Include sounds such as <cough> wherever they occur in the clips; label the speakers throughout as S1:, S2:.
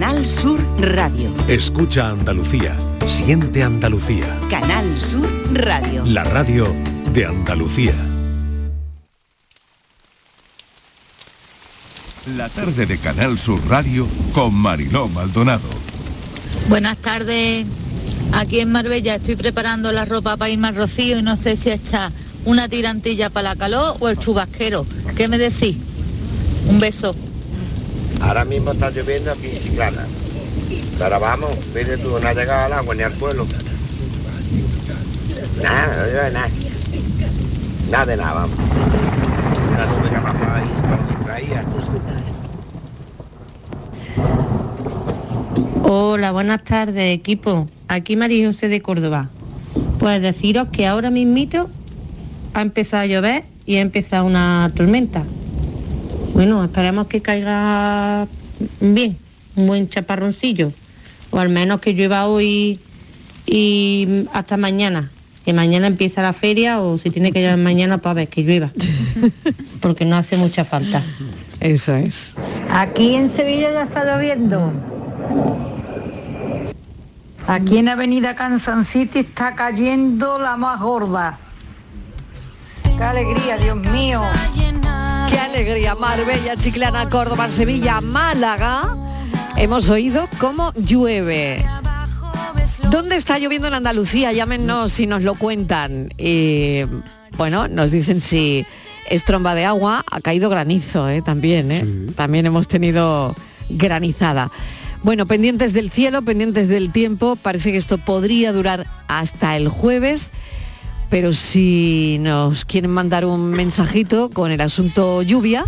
S1: Canal Sur Radio.
S2: Escucha Andalucía. Siente Andalucía.
S1: Canal Sur Radio.
S2: La radio de Andalucía.
S3: La tarde de Canal Sur Radio con Mariló Maldonado.
S4: Buenas tardes. Aquí en Marbella estoy preparando la ropa para irme al rocío y no sé si echar una tirantilla para la calor o el chubasquero. ¿Qué me decís? Un beso.
S5: Ahora mismo está lloviendo aquí en Chiclana. Pero vamos, vete tú, no ha llegado al agua ni al pueblo. Nada, no llueve nada. Nada de nada, vamos. La nube que pasaba ahí, nos distraía.
S6: Hola, buenas tardes equipo. Aquí María José de Córdoba. Pues deciros que ahora mismito ha empezado a llover y ha empezado una tormenta. Bueno, esperemos que caiga bien, un buen chaparroncillo. O al menos que llueva hoy y hasta mañana. Que mañana empieza la feria o si tiene que llover mañana, pues a ver, que llueva. Porque no hace mucha falta.
S7: Eso es.
S8: Aquí en Sevilla ya está lloviendo. Aquí en Avenida Kansas City está cayendo la más gorda. ¡Qué alegría, Dios mío!
S7: ¡Qué alegría! Marbella, Chiclana, Córdoba, Sevilla, Málaga. Hemos oído cómo llueve. ¿Dónde está lloviendo en Andalucía? Llámenos si nos lo cuentan. Y bueno, nos dicen si es tromba de agua. Ha caído granizo ¿eh? también. ¿eh? También hemos tenido granizada. Bueno, pendientes del cielo, pendientes del tiempo, parece que esto podría durar hasta el jueves, pero si nos quieren mandar un mensajito con el asunto lluvia,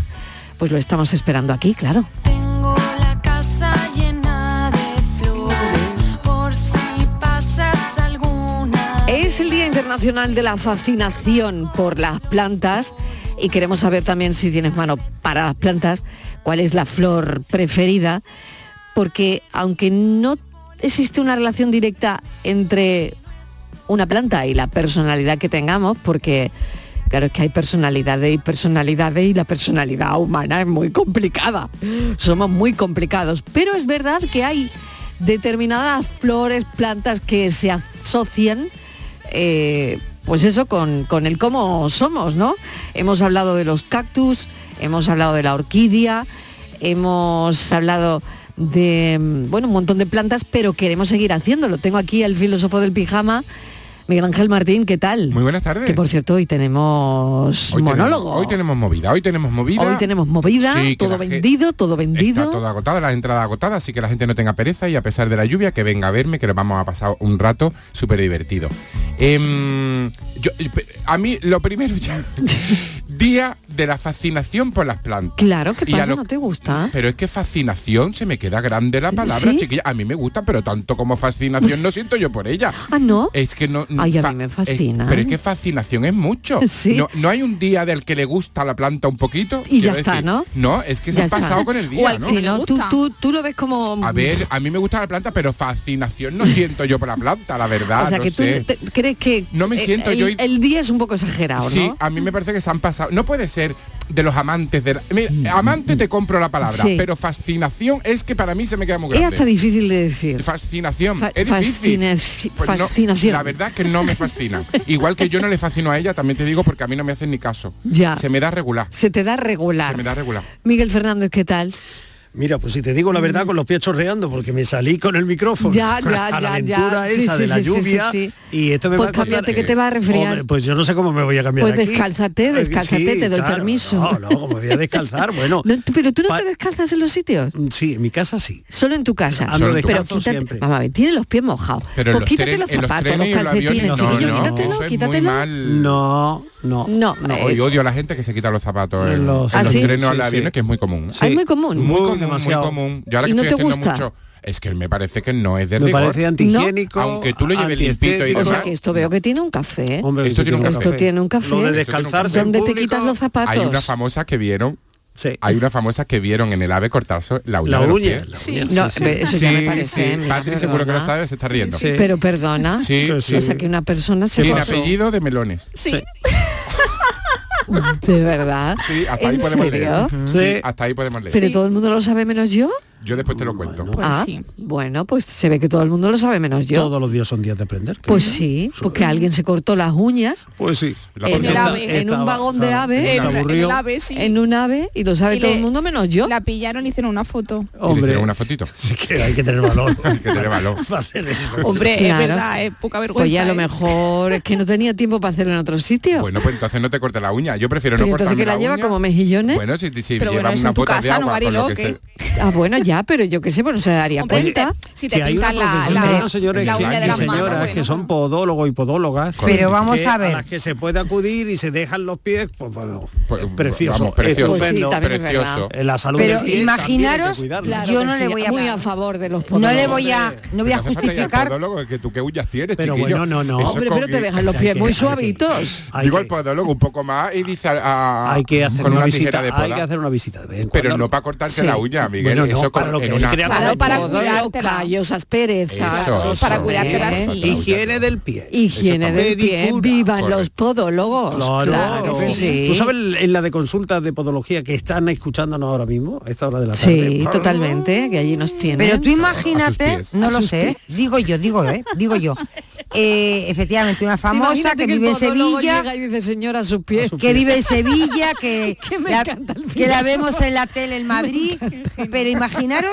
S7: pues lo estamos esperando aquí, claro.
S9: Tengo la casa llena de flores por si pasas alguna.
S7: Es el Día Internacional de la Fascinación por las Plantas y queremos saber también si tienes mano para las plantas, cuál es la flor preferida porque aunque no existe una relación directa entre una planta y la personalidad que tengamos, porque claro es que hay personalidades y personalidades y la personalidad humana es muy complicada, somos muy complicados, pero es verdad que hay determinadas flores, plantas que se asocian eh, pues eso con, con el cómo somos, ¿no? Hemos hablado de los cactus, hemos hablado de la orquídea, hemos hablado de bueno, un montón de plantas, pero queremos seguir haciéndolo. Tengo aquí al filósofo del pijama, Miguel Ángel Martín, ¿qué tal?
S10: Muy buenas tardes.
S7: Que por cierto, hoy tenemos
S10: Hoy tenemos-
S7: monólogo.
S10: hoy tenemos movida, hoy tenemos movida.
S7: Hoy tenemos movida,
S10: Sí, que
S7: todo
S10: la gen-
S7: vendido, todo vendido.
S10: Está todo agotado, las entradas agotadas, así que la gente no tenga pereza y a pesar de la lluvia, que venga a verme, que lo vamos a pasar un rato súper divertido. Em, yo- a mí lo primero ya... <laughs> Día de la fascinación por las plantas.
S7: Claro, ¿qué
S10: Y a
S7: pasa?
S10: lo-
S7: ¿No te gusta?
S10: Pero es que fascinación se me queda grande la palabra,
S7: Ah. ¿Sí?
S10: chiquilla. A mí me gusta, pero tanto como
S7: <laughs>
S10: fascinación no siento yo por ella.
S7: Ah, ¿no?
S10: Es que no.
S7: Ay, a
S10: fa-
S7: mí me
S10: es-
S7: fascina.
S10: pero es que fascinación es mucho.
S7: <laughs> Sí.
S10: No, no hay un día del que le gusta la planta un poquito.
S7: Y ya
S10: quiero
S7: está, ¿no?
S10: No, es que se
S7: Ya
S10: ha
S7: está.
S10: pasado con el
S7: O
S10: día,
S7: al-
S10: ¿no?
S7: sí, ¿no? Tú, tú- tú lo ves como...
S10: A ver, a mí me gusta la planta, pero fascinación no siento yo por la planta, la verdad.
S7: o sea,
S10: no
S7: que
S10: sé.
S7: tú te- crees que
S10: No me
S7: eh,
S10: siento
S7: el,
S10: yo y-
S7: el día es un poco exagerado,
S10: Sí,
S7: ¿no?
S10: a mí me parece que se han pasado. No puede ser de los amantes de la...
S11: Mm,
S10: Mira, amante te compro la palabra,
S7: Sí.
S10: pero fascinación es que para mí se me queda muy
S7: Es
S10: grande.
S7: hasta difícil de decir.
S10: Fascinación,
S7: Fa-
S10: es difícil.
S7: fascinaci-
S10: Pues no,
S7: <laughs> fascinación.
S10: la verdad es que no me
S7: <laughs>
S10: fascina. Igual que yo no le fascino a ella, también te digo porque a mí no me hacen ni caso.
S7: Ya.
S10: Se me da regular.
S7: Se te da
S10: Se
S7: regular.
S10: me da regular.
S7: Miguel Fernández, ¿qué tal?
S11: Mira, pues si te digo la verdad, con los pies chorreando, porque me salí con el micrófono.
S7: Mm. Ya,
S11: <laughs>
S7: ya,
S11: a la
S7: ya, ya.
S11: aventura
S7: Sí,
S11: esa
S7: sí,
S11: de la
S7: sí, sí, sí,
S11: lluvia.
S7: sí.
S11: Y esto me
S7: Pues
S11: va a costar-
S7: cámbiate que te va a resfriar.
S11: Hombre, pues yo no sé cómo me voy a cambiar
S7: Pues
S11: aquí.
S7: descálzate,
S11: Ay,
S7: descálzate, te doy
S11: claro,
S7: permiso.
S11: No, no, como me voy a descalzar,
S7: <laughs>
S11: bueno.
S7: No, tú- pero tú no
S11: pa- Mm,
S7: te descalzas en los sitios.
S11: Sí, en mi casa sí.
S7: Solo en tu casa.
S11: Ando
S10: Solo en tu
S7: pero
S11: casa.
S7: quítate,
S11: siempre.
S7: Vamos a ver, tiene los pies mojados.
S10: Pero en
S7: pues
S10: los,
S7: quítate
S10: tren-
S7: los
S10: en los
S7: zapatos, los,
S10: trenes y en los
S7: calcetines,
S10: aviones, no,
S7: chiquillo,
S10: no,
S7: quítatelo,
S10: eso es muy
S7: quítatelo.
S10: mal.
S11: No, no.
S7: No, eh,
S10: Hoy odio a la gente que se quita los zapatos en,
S11: En los-
S10: en los
S7: ¿Ah, sí?
S10: trenes o
S11: Sí,
S10: en los
S11: sí.
S10: aviones, que es muy común. ¿eh?
S11: Sí.
S7: es muy común.
S10: Muy, común,
S11: demasiado.
S10: muy común. Yo ahora
S7: ¿Y
S10: que
S7: no
S10: estoy
S7: te
S10: haciendo
S7: gusta?
S10: mucho, es que me parece que no es de
S11: Me
S10: rigor.
S11: parece antihigiénico.
S10: Aunque tú lo lleves limpito y
S11: antiestético.
S7: o sea
S10: demás.
S7: que esto veo que tiene un café.
S11: Hombre,
S10: Esto tiene un café.
S7: Esto tiene un café.
S11: Lo de
S10: Esto tiene un
S11: descalzarse en
S7: ¿Dónde te
S11: público,
S7: quitas los zapatos?
S10: Hay unas famosas que vieron,
S11: Sí.
S10: hay unas famosas que vieron en el ave cortarse la uña.
S11: La
S10: de los
S11: uña.
S10: pies.
S11: la uña,
S7: No,
S11: sí, sí.
S7: ve, eso
S10: Sí,
S7: ya me parece.
S10: sí.
S7: eh, mira,
S10: Patri seguro que lo
S7: perdona.
S10: sabe, se está riendo.
S11: sí.
S7: Pero perdona.
S10: Sí,
S11: sí.
S7: O sea que una persona se
S10: Tiene
S7: pasó. <laughs>
S10: apellido de melones.
S11: Sí.
S7: De verdad.
S10: Sí, hasta
S7: ¿En
S10: ahí podemos
S7: serio?
S10: leer. Sí,
S11: Sí.
S10: hasta ahí podemos leer.
S7: Pero todo el mundo lo sabe menos yo.
S10: Yo después te lo cuento.
S7: Ah, Bueno, pues se ve que todo el mundo lo sabe menos yo.
S11: Todos los días son días de aprender.
S7: Pues sí, porque alguien se cortó las uñas
S11: Pues sí.
S12: Eh,
S7: en, un- en un vagón de ave,
S12: En, en el ave, sí.
S7: en un ave, y lo sabe
S12: Y
S7: todo
S12: le-
S7: el mundo menos yo.
S12: La pillaron y hicieron una foto.
S10: Hombre, una fotito.
S11: hay que tener valor.
S10: <laughs> hay que
S11: <laughs>
S10: tener valor.
S7: <laughs>
S12: Hombre,
S7: Claro.
S12: es verdad, es poca vergüenza.
S7: Pues ya a lo
S12: ¿eh?
S7: mejor es que no tenía tiempo para hacerlo en otro sitio.
S10: Bueno, pues entonces no te cortes la uña. Yo prefiero
S7: Pero
S10: no
S7: entonces
S10: cortarme
S7: que la, lleva
S10: uña.
S7: como mejillones.
S10: Bueno, si, si
S7: Pero
S10: lleva
S7: bueno, es en
S10: una
S7: tu
S10: bota de
S7: casa, no,
S10: agua, con lo que
S7: Marilo,
S10: se-
S7: Ah, bueno, ya, pero yo qué sé, pues no se daría
S12: Hombre, si te-
S7: cuenta.
S12: si
S11: que hay una profesión de unos señores
S12: la
S11: que-
S12: uña de
S11: y
S12: las manos,
S11: señoras que son podólogos y podólogas
S12: Pero
S11: que-
S12: vamos
S11: que-
S12: a ver.
S11: las que se puede acudir y se dejan los pies pues, bueno, precioso
S10: vamos, precioso,
S11: estupendo,
S10: Pues sí, también es precioso. verdad.
S11: Eh, la salud
S10: Pero
S11: del pie
S10: imaginaros-
S11: también hay que cuidarla.
S7: Claro
S13: yo
S7: que
S13: no le
S7: sí,
S13: voy a
S7: muy
S13: hablar.
S7: a favor de los
S13: No le
S7: podólogos.
S13: voy a, no voy a
S10: Pero hace falta ir al
S13: justificar.
S10: podólogo, es que tú que huyas tienes,
S11: Pero
S10: chiquillo.
S11: bueno, no, no.
S10: Eso
S11: Hombre,
S10: con-
S11: pero te
S7: dejan los pies muy suavitos.
S10: Digo al podólogo un poco más y dice a- a-
S11: hay que hacer
S10: con
S11: una,
S10: una
S11: visita
S10: tijera de
S11: hay
S10: poda.
S11: que hacer una visita de vez en
S10: Pero
S11: cuando.
S10: no para cortarse
S11: Sí.
S10: la uña, Miguel.
S11: Bueno, no,
S10: eso
S11: para
S10: con-
S11: lo que
S10: en
S11: él
S10: una-
S11: crea
S7: Claro, para
S11: podólogo.
S7: cuidarte callos, asperezas,
S10: Eso,
S7: para
S10: eso.
S7: curarte
S10: Bien.
S7: las-
S11: higiene del pie
S7: higiene del pie, vivan los podólogos.
S11: Claro,
S7: Claro, que sí.
S11: Tú sabes en la de consultas de podología que están escuchándonos ahora mismo, a esta hora de la tarde.
S7: Sí, totalmente, que allí nos tienen.
S13: Pero tú imagínate, no
S7: A
S13: lo
S7: sus
S13: sé, digo yo, digo, eh,
S7: <laughs>
S13: digo yo. Eh, efectivamente, una famosa
S7: Imagínate
S13: que
S7: el
S13: vive en
S7: podólogo
S13: Sevilla,
S7: llega y dice, señora, a sus pies.
S13: que vive en Sevilla,
S7: <laughs>
S13: que,
S7: Que me
S13: la,
S7: encanta el
S13: que la
S7: filósofo.
S13: vemos en la tele en Madrid, pero imaginaros,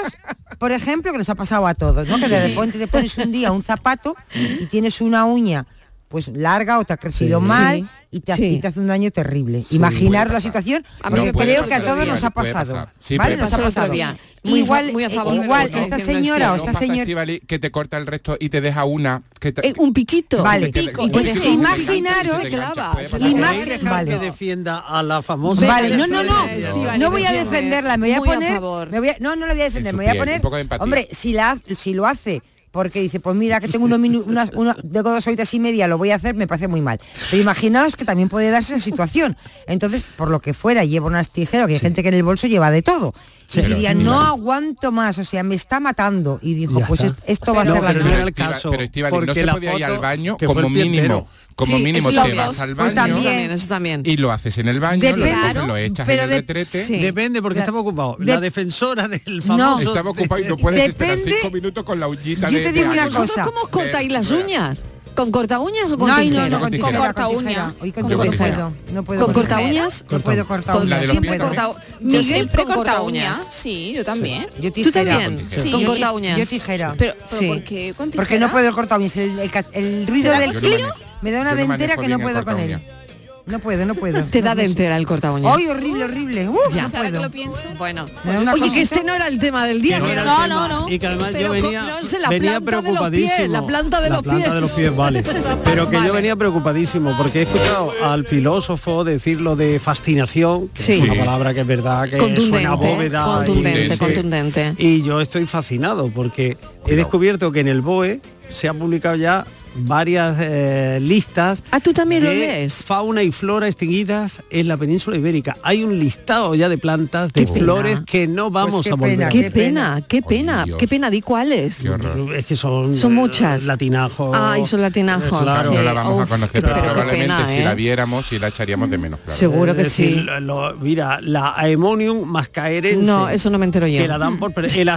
S13: por ejemplo, que nos ha pasado a todos, ¿no? Que de repente te pones un día un zapato y tienes una uña pues larga o te ha crecido
S7: Sí.
S13: mal
S7: Sí.
S13: y, te, ha-
S7: Sí.
S13: y te hace un daño terrible. Imaginar la situación,
S7: A mí
S13: porque
S7: me pasó
S13: creo
S7: el
S13: que a
S7: otro
S13: todos
S7: día,
S13: nos ha
S10: puede
S13: pasado.
S10: pasar. Sí,
S13: ¿vale?
S10: puede
S13: Nos ha
S10: pasar.
S7: Pasó el
S13: pasado.
S7: otro día. Muy
S13: Igual,
S7: fa- muy a favor de lo
S13: igual
S7: que
S13: que esta
S7: está diciendo este,
S13: señora o
S10: No
S13: esta
S10: pasa,
S13: señora
S10: Estíbaliz, que te corta el resto y te deja una que te-
S7: Eh, un piquito.
S13: Vale.
S7: Un pico,
S10: Un
S7: que
S10: pico,
S7: deja
S10: sí,
S7: un
S10: sí,
S7: piquito y
S10: imaginaros-
S7: se clava.
S10: puede pasar.
S13: Imagen-
S11: ¿Queréis dejar
S13: vale.
S11: que defienda a la famosa.
S13: Vale, no, no, no,
S7: Estíbaliz,
S13: no voy a
S7: defiende.
S13: defenderla, me voy a
S7: eh. Muy a
S13: poner,
S7: favor.
S13: me voy a- no, no la voy a defender,
S10: En su
S13: me voy a
S10: piel,
S13: poner,
S10: un poco de empatía.
S13: hombre, si la, ha- si lo hace, porque dice, pues mira que tengo unos
S10: <laughs>
S13: minu- unas, una, tengo dos horitas y media, lo voy a hacer, me parece muy mal. Pero imaginaos que también puede darse esa situación. Entonces, por lo que fuera, lleva unas tijeras, que hay gente que en el bolso lleva de todo.
S11: Sí.
S13: y
S11: Pero,
S13: diría,
S11: Estíbaliz.
S13: no aguanto más, o sea, me está matando. Y dijo,
S11: Ya
S13: pues
S11: está.
S13: es- esto va a
S11: No,
S13: ser la
S11: pero no era
S13: norma.
S11: el
S10: Estíbaliz,
S11: caso.
S10: pero Estíbaliz, no
S11: porque
S10: se
S11: la
S10: podía ir al
S11: foto
S10: baño
S11: que
S10: como
S11: fue el pie
S10: mínimo,
S11: entero.
S10: como
S7: Sí,
S10: mínimo
S7: es
S10: te
S7: lo
S10: vas
S7: dos.
S10: al
S7: Pues
S10: baño
S7: también, eso también.
S10: y lo haces en el baño, lo,
S13: Depende.
S10: coges, lo echas
S13: Pero
S10: en
S13: de-
S10: el retrete.
S7: Sí.
S11: Depende, porque
S13: Claro.
S11: estamos ocupados.
S13: De-
S11: La defensora del famoso.
S10: Estaba ocupado y no puedes
S13: Depende-
S10: esperar cinco minutos con la uñita
S13: Yo
S10: de-
S13: te
S10: de
S13: digo una
S10: algo.
S13: cosa.
S7: ¿Vosotros cómo os cortáis las uñas? ¿Con corta uñas o con
S13: No, ay, no,
S7: tijera?
S13: no,
S10: Con
S13: con tijera,
S10: tijera.
S13: corta uña.
S10: Yo
S13: no
S10: con tijera.
S13: puedo, no puedo.
S7: ¿Con corta uñas?
S13: No puedo cortar
S7: Con-
S13: uñas.
S10: La de los
S7: siempre
S10: pies también.
S7: corta
S12: Yo
S7: Miguel
S12: siempre
S7: con
S12: he
S7: corta
S12: cortado
S7: uñas.
S12: uñas. Sí, yo también.
S13: Yo
S7: ¿Tú
S13: tijera.
S7: también?
S10: tijera.
S7: Con
S12: Sí.
S7: corta uñas.
S13: Yo tijera.
S12: Pero, pero
S7: Sí.
S12: ¿por qué con
S13: Porque
S12: tijera?
S13: no puedo cortar uñas. El, el ca- el ruido
S12: da
S13: del
S12: cosquillo?
S13: clic me da una
S10: Yo no
S13: dentera que no
S10: manejo bien el
S13: puedo con él.
S10: cortaúñas.
S13: No puedo, no puedo.
S7: <laughs> Te da
S13: No puedo.
S7: dentera el corta uñas.
S13: Ay, horrible, horrible. Uf,
S7: Ya.
S13: no
S12: Ahora que
S13: puedo.
S12: lo pienso.
S7: Bueno,
S13: Me da una
S7: oye, que
S13: cosita.
S7: este no era el tema del día.
S11: Que no
S7: que
S11: era
S7: era
S11: el
S7: el
S12: No,
S7: tema.
S12: no, no.
S11: Y que además
S7: Pero
S11: yo
S7: con-
S11: venía,
S7: no sé, la
S11: venía
S7: planta de los pies,
S11: preocupadísimo.
S7: la planta de
S11: La
S7: los
S11: planta
S7: pies.
S11: de los pies, vale.
S7: <laughs>
S11: Pero que yo venía preocupadísimo porque he escuchado al filósofo decir lo de fascinación, que
S7: Sí.
S11: es una
S10: Sí.
S11: palabra que es verdad que
S7: Contundente,
S11: Eh, suena a bóveda. y-
S7: contundente,
S10: sí.
S7: contundente.
S11: Y yo estoy fascinado porque he descubierto que en el BOE se han publicado ya varias eh, listas
S7: Ah, ¿tú también lo
S11: de
S7: lees?
S11: fauna y flora extinguidas en la península ibérica. Hay un listado ya de plantas, de
S7: Qué pena. Pues
S11: flores que no Pues vamos
S13: qué
S11: a volver
S13: pena,
S11: a
S7: Qué
S13: qué
S7: pena,
S13: pena.
S7: qué pena,
S10: Dios.
S7: qué pena, di cuáles.
S10: Qué horror.
S11: Es que son
S7: Son
S11: eh,
S7: muchas.
S11: latinajos.
S7: Ay, son latinajos,
S11: Claro.
S7: sí.
S10: No la vamos a
S7: Uf,
S10: conocer, pero
S11: pero qué
S10: probablemente
S7: pena,
S10: si
S7: ¿eh?
S10: la viéramos sí la echaríamos de menos. claro.
S7: Seguro
S11: Es
S7: que
S11: decir,
S7: sí.
S11: lo- lo- mira, la Aemonium mascaerense.
S7: No, eso no me entero yo.
S11: Que la dan por pre- el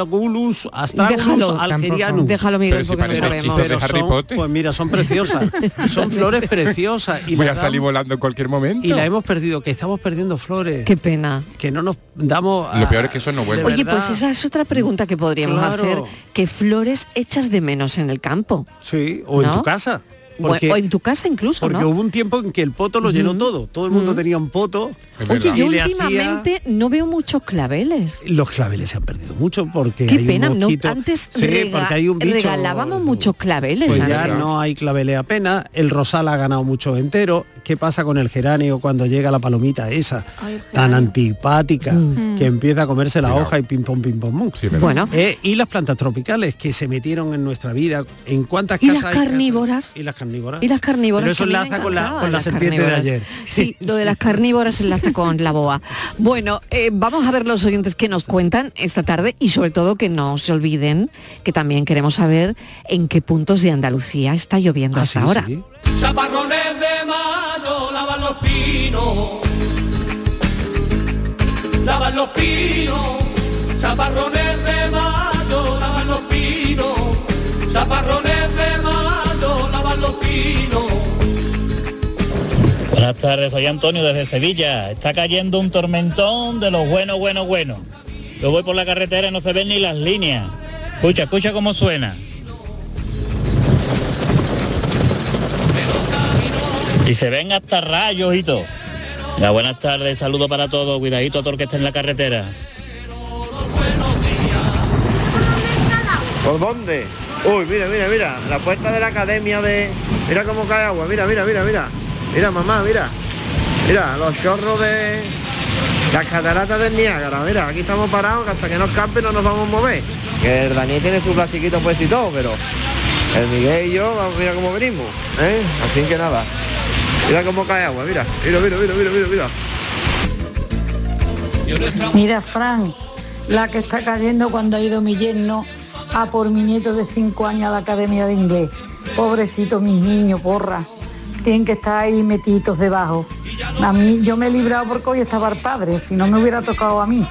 S11: Astraologulus, Astraolus
S7: Déjalo,
S11: algerianum.
S7: Déjalo, Miguel,
S10: Pero si
S7: porque no
S10: parece
S7: sabemos.
S10: hechizo de
S11: Pero
S10: Harry
S11: son-
S10: Potter.
S11: Pues mira, son
S10: <laughs>
S11: preciosas. son flores preciosas. Y
S10: Voy
S11: las
S10: a salir
S11: dan-
S10: volando en cualquier momento.
S11: y la hemos perdido, que estamos perdiendo flores,
S7: Qué pena.
S11: que no nos damos...
S10: Lo peor es que eso no vuelve.
S11: de
S7: Oye,
S11: verdad.
S7: pues esa es otra pregunta que podríamos
S11: Claro.
S7: hacer. ¿Qué flores echas de menos en el campo?
S11: Sí, o en
S7: ¿No?
S11: tu casa.
S7: o en tu casa incluso,
S11: Porque
S7: ¿no?
S11: hubo un tiempo en que el poto lo llenó todo. Todo el mundo tenía un poto.
S10: Es verdad.
S7: Oye,
S11: y
S7: yo
S11: le
S7: últimamente no veo muchos claveles.
S11: Los claveles se han perdido mucho porque
S7: Qué
S11: hay
S7: pena,
S11: un
S7: no,
S11: mosquito.
S7: antes
S11: Sí,
S7: rega-
S11: porque hay un bicho.
S7: regalábamos muchos claveles.
S11: Pues ya
S7: antes.
S11: no hay claveles apenas, el rosal ha ganado mucho entero. ¿Qué pasa con el geranio cuando llega la palomita esa,
S12: Ay, el geranio.
S11: tan antipática, que empieza a comerse la hoja y pim pom pim pom mum?
S10: Sí, verdad.
S7: Mm. Bueno,
S11: Eh, y las plantas tropicales que se metieron en nuestra vida. ¿En cuántas
S7: Y las
S11: casas hay casas?
S7: carnívoras.
S11: Y las carnívoras.
S7: y las carnívoras.
S11: Pero eso
S7: que a mí me
S11: enlaza con la,
S7: encantaban,
S11: con la
S7: las
S11: serpiente de
S7: carnívoras.
S11: ayer.
S7: Sí, lo de las carnívoras enlaza con
S11: <laughs>
S7: la boa. Bueno, eh, vamos a ver los oyentes que nos cuentan esta tarde y sobre todo que no se olviden que también queremos saber en qué puntos de Andalucía está lloviendo
S11: Ah, sí,
S7: hasta ahora.
S11: sí.
S14: Zaparrones de mayo lavan los pinos. Lavan los pinos, zaparrones de de mayo lavan los pinos, zaparrones de mayo lavan los pinos.
S15: Buenas tardes, soy Antonio desde Sevilla. Está cayendo un tormentón de los buenos, buenos, buenos. Yo voy por la carretera y no se ven ni las líneas. Escucha, escucha cómo suena. Y se ven hasta rayos y todo. Ya, buenas tardes, saludo para todos. Cuidadito a todo el que esté en la carretera.
S9: ¿Por dónde? Uy, mira, mira, mira. La puerta de la academia de. Mira cómo cae agua. Mira, mira, mira, mira. Mira, mamá, mira. Mira, los chorros de. Las cataratas del Niágara. Mira, aquí estamos parados que hasta que nos campe no nos vamos a mover. Que el Daniel tiene su plastiquito puesto y todo, pero. El Miguel y yo, vamos, mira cómo venimos. ¿eh? Así que nada. Mira cómo cae agua. Mira, mira, mira, mira, mira, mira. mira.
S8: Mira, Fran, la que está cayendo cuando ha ido mi yerno a por mi nieto de 5 años a la Academia de Inglés. Pobrecito mis niños, porra. Tienen que estar ahí metidos debajo. A mí, yo me he librado porque hoy estaba el padre, si no me hubiera tocado a mí.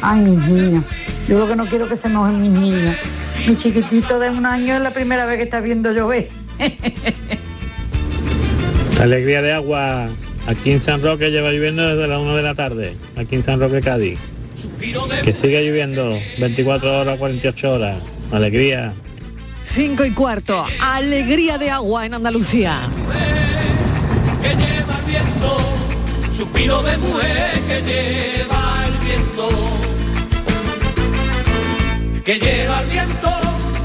S8: Ay, mis niños. Yo lo que no quiero que se enojen mis niños. Mi chiquitito de un año es la primera vez que está viendo llover.
S16: Alegría de agua. Aquí en San Roque lleva lloviendo desde las 1 de la tarde. Aquí en San Roque, Cádiz. Que sigue lloviendo 24 horas, 48 horas. Alegría.
S17: 5 y cuarto. Alegría de agua en Andalucía.
S14: que lleva el viento, suspiro de mujer que lleva el viento, que lleva el viento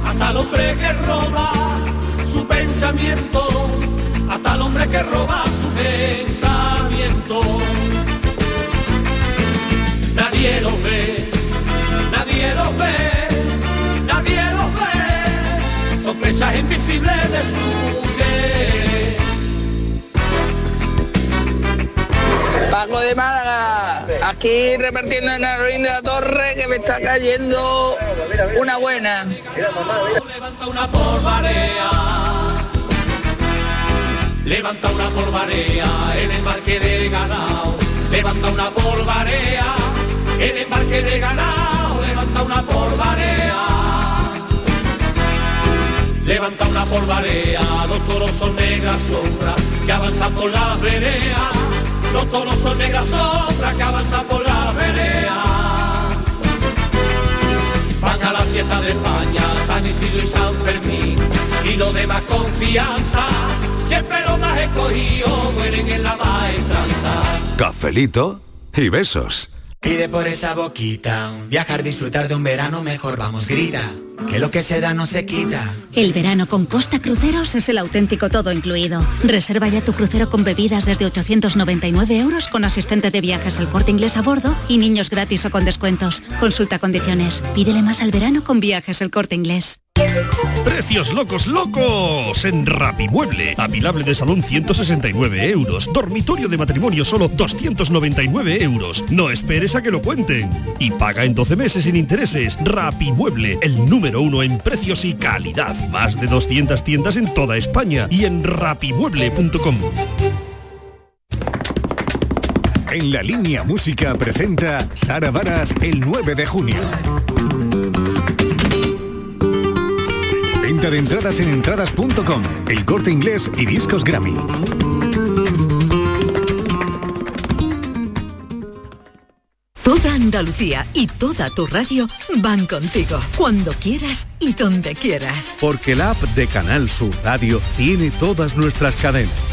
S14: hasta el hombre que roba su pensamiento, hasta el hombre que roba su pensamiento. Nadie lo ve, nadie lo ve, nadie lo ve, son presas invisibles de su querer.
S18: Paco de Málaga, aquí repartiendo en la ruina de la torre que me está cayendo una buena.
S14: Levanta una polvareda, levanta una polvareda en el parque de ganado, levanta una polvareda en el parque de ganado, levanta una polvareda, levanta una polvareda, los toros son negras sombras que avanzan por las veredas, los toros son negras sombras que avanzan por las veredas. Van a la fiesta de España, San Isidro y San Fermín Y los demás confianza Siempre los más escogidos mueren en la maestranza
S2: Cafelito y besos.
S11: <laughs> Pide por esa boquita, viajar, disfrutar de un verano mejor, vamos, grita, que lo que se da no se quita.
S19: El verano con Costa Cruceros es el auténtico todo incluido. Reserva ya tu crucero con bebidas desde 899 euros con asistente de viajes el corte inglés a bordo y niños gratis o con descuentos. Consulta condiciones. Pídele más al verano con viajes el corte inglés.
S20: Precios locos locos en Rapimueble. Apilable de salón 169 euros. Dormitorio de matrimonio solo 299 euros. No esperes a que lo cuenten. Y paga en 12 meses sin intereses. Rapimueble, el número uno en precios y calidad. Más de 200 tiendas en toda España y en rapimueble.com.
S2: En la línea música presenta Sara Varas el 9 de junio. Venta de entradas en entradas.com, el corte inglés y discos Grammy.
S7: Toda Andalucía y toda tu radio van contigo, cuando quieras y donde quieras.
S2: Porque la app de Canal Sur Radio tiene todas nuestras cadenas,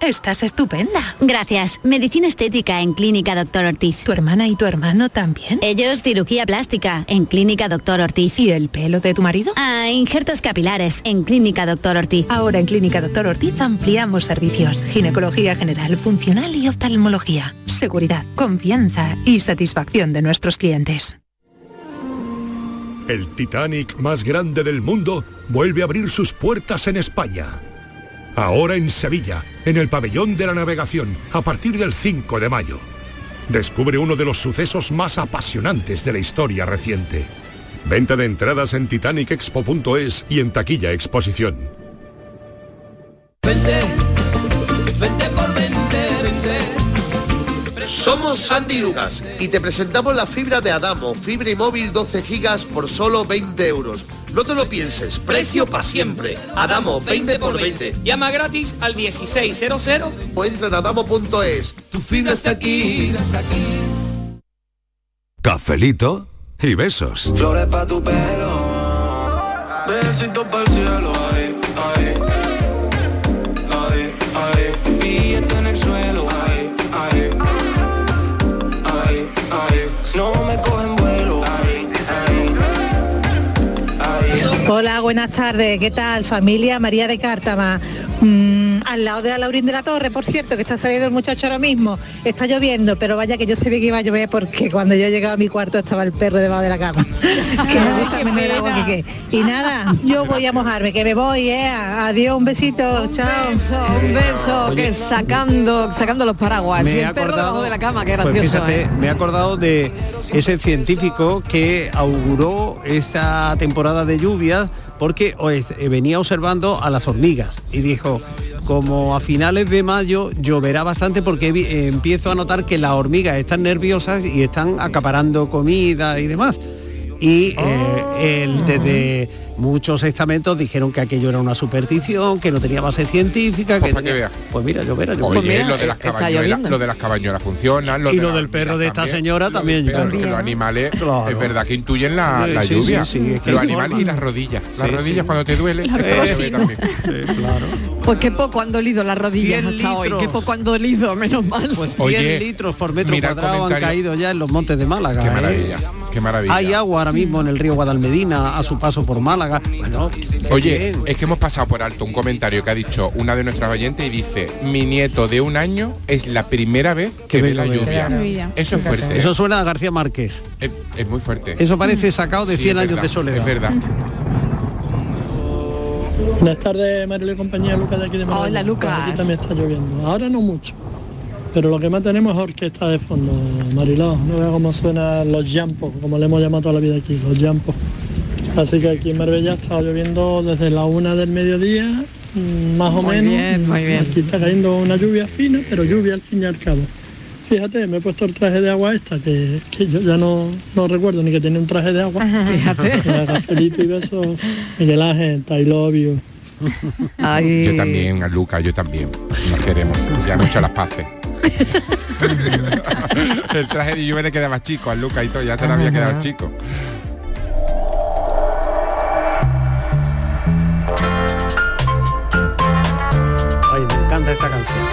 S12: Estás estupenda. Gracias. Medicina estética en Clínica Doctor Ortiz. ¿Tu hermana y tu hermano también? Ellos cirugía plástica en Clínica Doctor Ortiz. ¿Y el pelo de tu marido? Ah, injertos capilares en Clínica Doctor Ortiz. Ahora en Clínica Doctor Ortiz ampliamos servicios. Ginecología general, funcional y oftalmología. Seguridad, confianza y satisfacción de nuestros clientes.
S1: el Titanic más grande del mundo vuelve a abrir sus puertas en España. Ahora en Sevilla, en el pabellón de la navegación, a partir del 5 de mayo. Descubre uno de los sucesos más apasionantes de la historia reciente. Venta de entradas en titanicexpo.es y en taquilla exposición.
S5: Vente por vente, vente.
S9: Somos Sandy y Lucas y te presentamos la fibra de Adamo, fibra y móvil 12 gigas por solo 20 euros. No te lo pienses, precio para siempre. Adamo, 20 por 20. Llama gratis al 1600 o entra en adamo.es. Tu fibra está aquí.
S2: Cafelito y besos.
S21: Flores pa' tu pelo. Besitos pa'l cielo. Ay, ay. Ay, ay. Billete en el suelo. Ay, ay. Ay, ay. No me cogen vuelo. Ay, ay.
S12: Hola, buenas tardes. ¿Qué tal, familia? María de Cártama. Mm, al lado de Laurín de la Torre, por cierto, que está saliendo el muchacho ahora mismo. Está lloviendo, pero vaya que yo sabía que iba a llover porque cuando yo llegaba a mi cuarto estaba el perro debajo de la
S7: <laughs>
S12: cama. Que no gusta menos el agua que qué. Y nada, yo voy a mojarme, que me voy, ¿eh? Adiós, un besito, chao.
S7: Un beso que sacando, sacando los paraguas.
S11: Me
S7: y
S11: he
S7: el perro
S11: acordado-
S7: debajo de la cama, qué
S11: Pues
S7: gracioso.
S11: fíjate,
S7: ¿eh?
S11: me he acordado de ese científico que auguró esta temporada de lluvias porque o- eh, venía observando a las hormigas y dijo, como a finales de mayo lloverá bastante porque vi- eh, empiezo a notar que las hormigas están nerviosas y están acaparando comida y demás. Y eh,
S7: Ah.
S11: él, desde muchos estamentos dijeron que aquello era una superstición, que no tenía base científica, que, tenía- pues mira, lloverá, lloverá.
S10: Oye, lo, de las cabañuelas, lo de las cabañuelas funciona.
S11: Y
S10: de
S11: lo
S10: las
S11: del perro de
S10: hormigas
S11: esta señora
S10: lo del
S11: también, yo
S10: perro,
S11: creo.
S10: que los animales, es verdad que intuyen la,
S11: Sí,
S10: la
S11: sí,
S10: lluvia.
S11: sí, sí, es que
S10: los
S11: hay
S10: animales
S11: forma.
S10: y las rodillas. Las
S11: Sí,
S10: rodillas
S11: sí.
S10: cuando te duele,
S11: La
S10: te duele
S11: tosis,
S10: también.
S7: Pues qué poco han dolido las rodillas
S11: 100
S7: hasta hoy. Qué
S11: litros.
S7: poco han dolido, menos mal.
S11: 100 litros por metro
S10: mira el
S11: cuadrado han
S10: comentario.
S11: caído ya en los montes de Málaga.
S10: Qué
S11: ¿eh?
S10: maravilla, qué maravilla.
S11: Hay agua ahora mismo en el río Guadalmedina a su paso por Málaga. Bueno,
S10: Oye, es que hemos pasado por alto un comentario que ha dicho una de nuestras oyentes y dice, mi nieto de un año es la primera vez que ve la lluvia. Eso es fuerte. ¿eh?
S11: Eso suena a García Márquez.
S10: Es, es muy fuerte.
S11: Eso parece sacado de
S10: Sí,
S11: 100
S10: es
S11: años
S10: verdad,
S11: de soledad.
S10: Es verdad.
S22: Buenas tardes, Marilyn y compañía, Lucas de aquí de Madrid.
S7: Hola, Lucas.
S22: Aquí también está lloviendo. Ahora no mucho. Pero lo que más tenemos es orquesta de fondo, Mariló. No veo cómo suenan los llampos, como le hemos llamado toda la vida aquí, los llampos. Así que aquí en Marbella está lloviendo desde la una del mediodía, mm, más o
S7: Muy
S22: menos.
S7: bien, muy bien.
S22: Aquí está cayendo una lluvia fina, pero lluvia al fin y al cabo. Fíjate, me he puesto el traje de agua esta, que, que yo ya no, no recuerdo ni que tenía un traje de agua.
S7: <laughs> Fíjate.
S22: Cafelito y besos. Miguel Ángel, I love you.
S10: Yo también, Luca, yo también. Nos queremos. Ya hemos hecho las paces. El traje de lluvia le queda más chico a Luca y todo, ya se le había quedado chico.
S11: Ay, me encanta esta canción.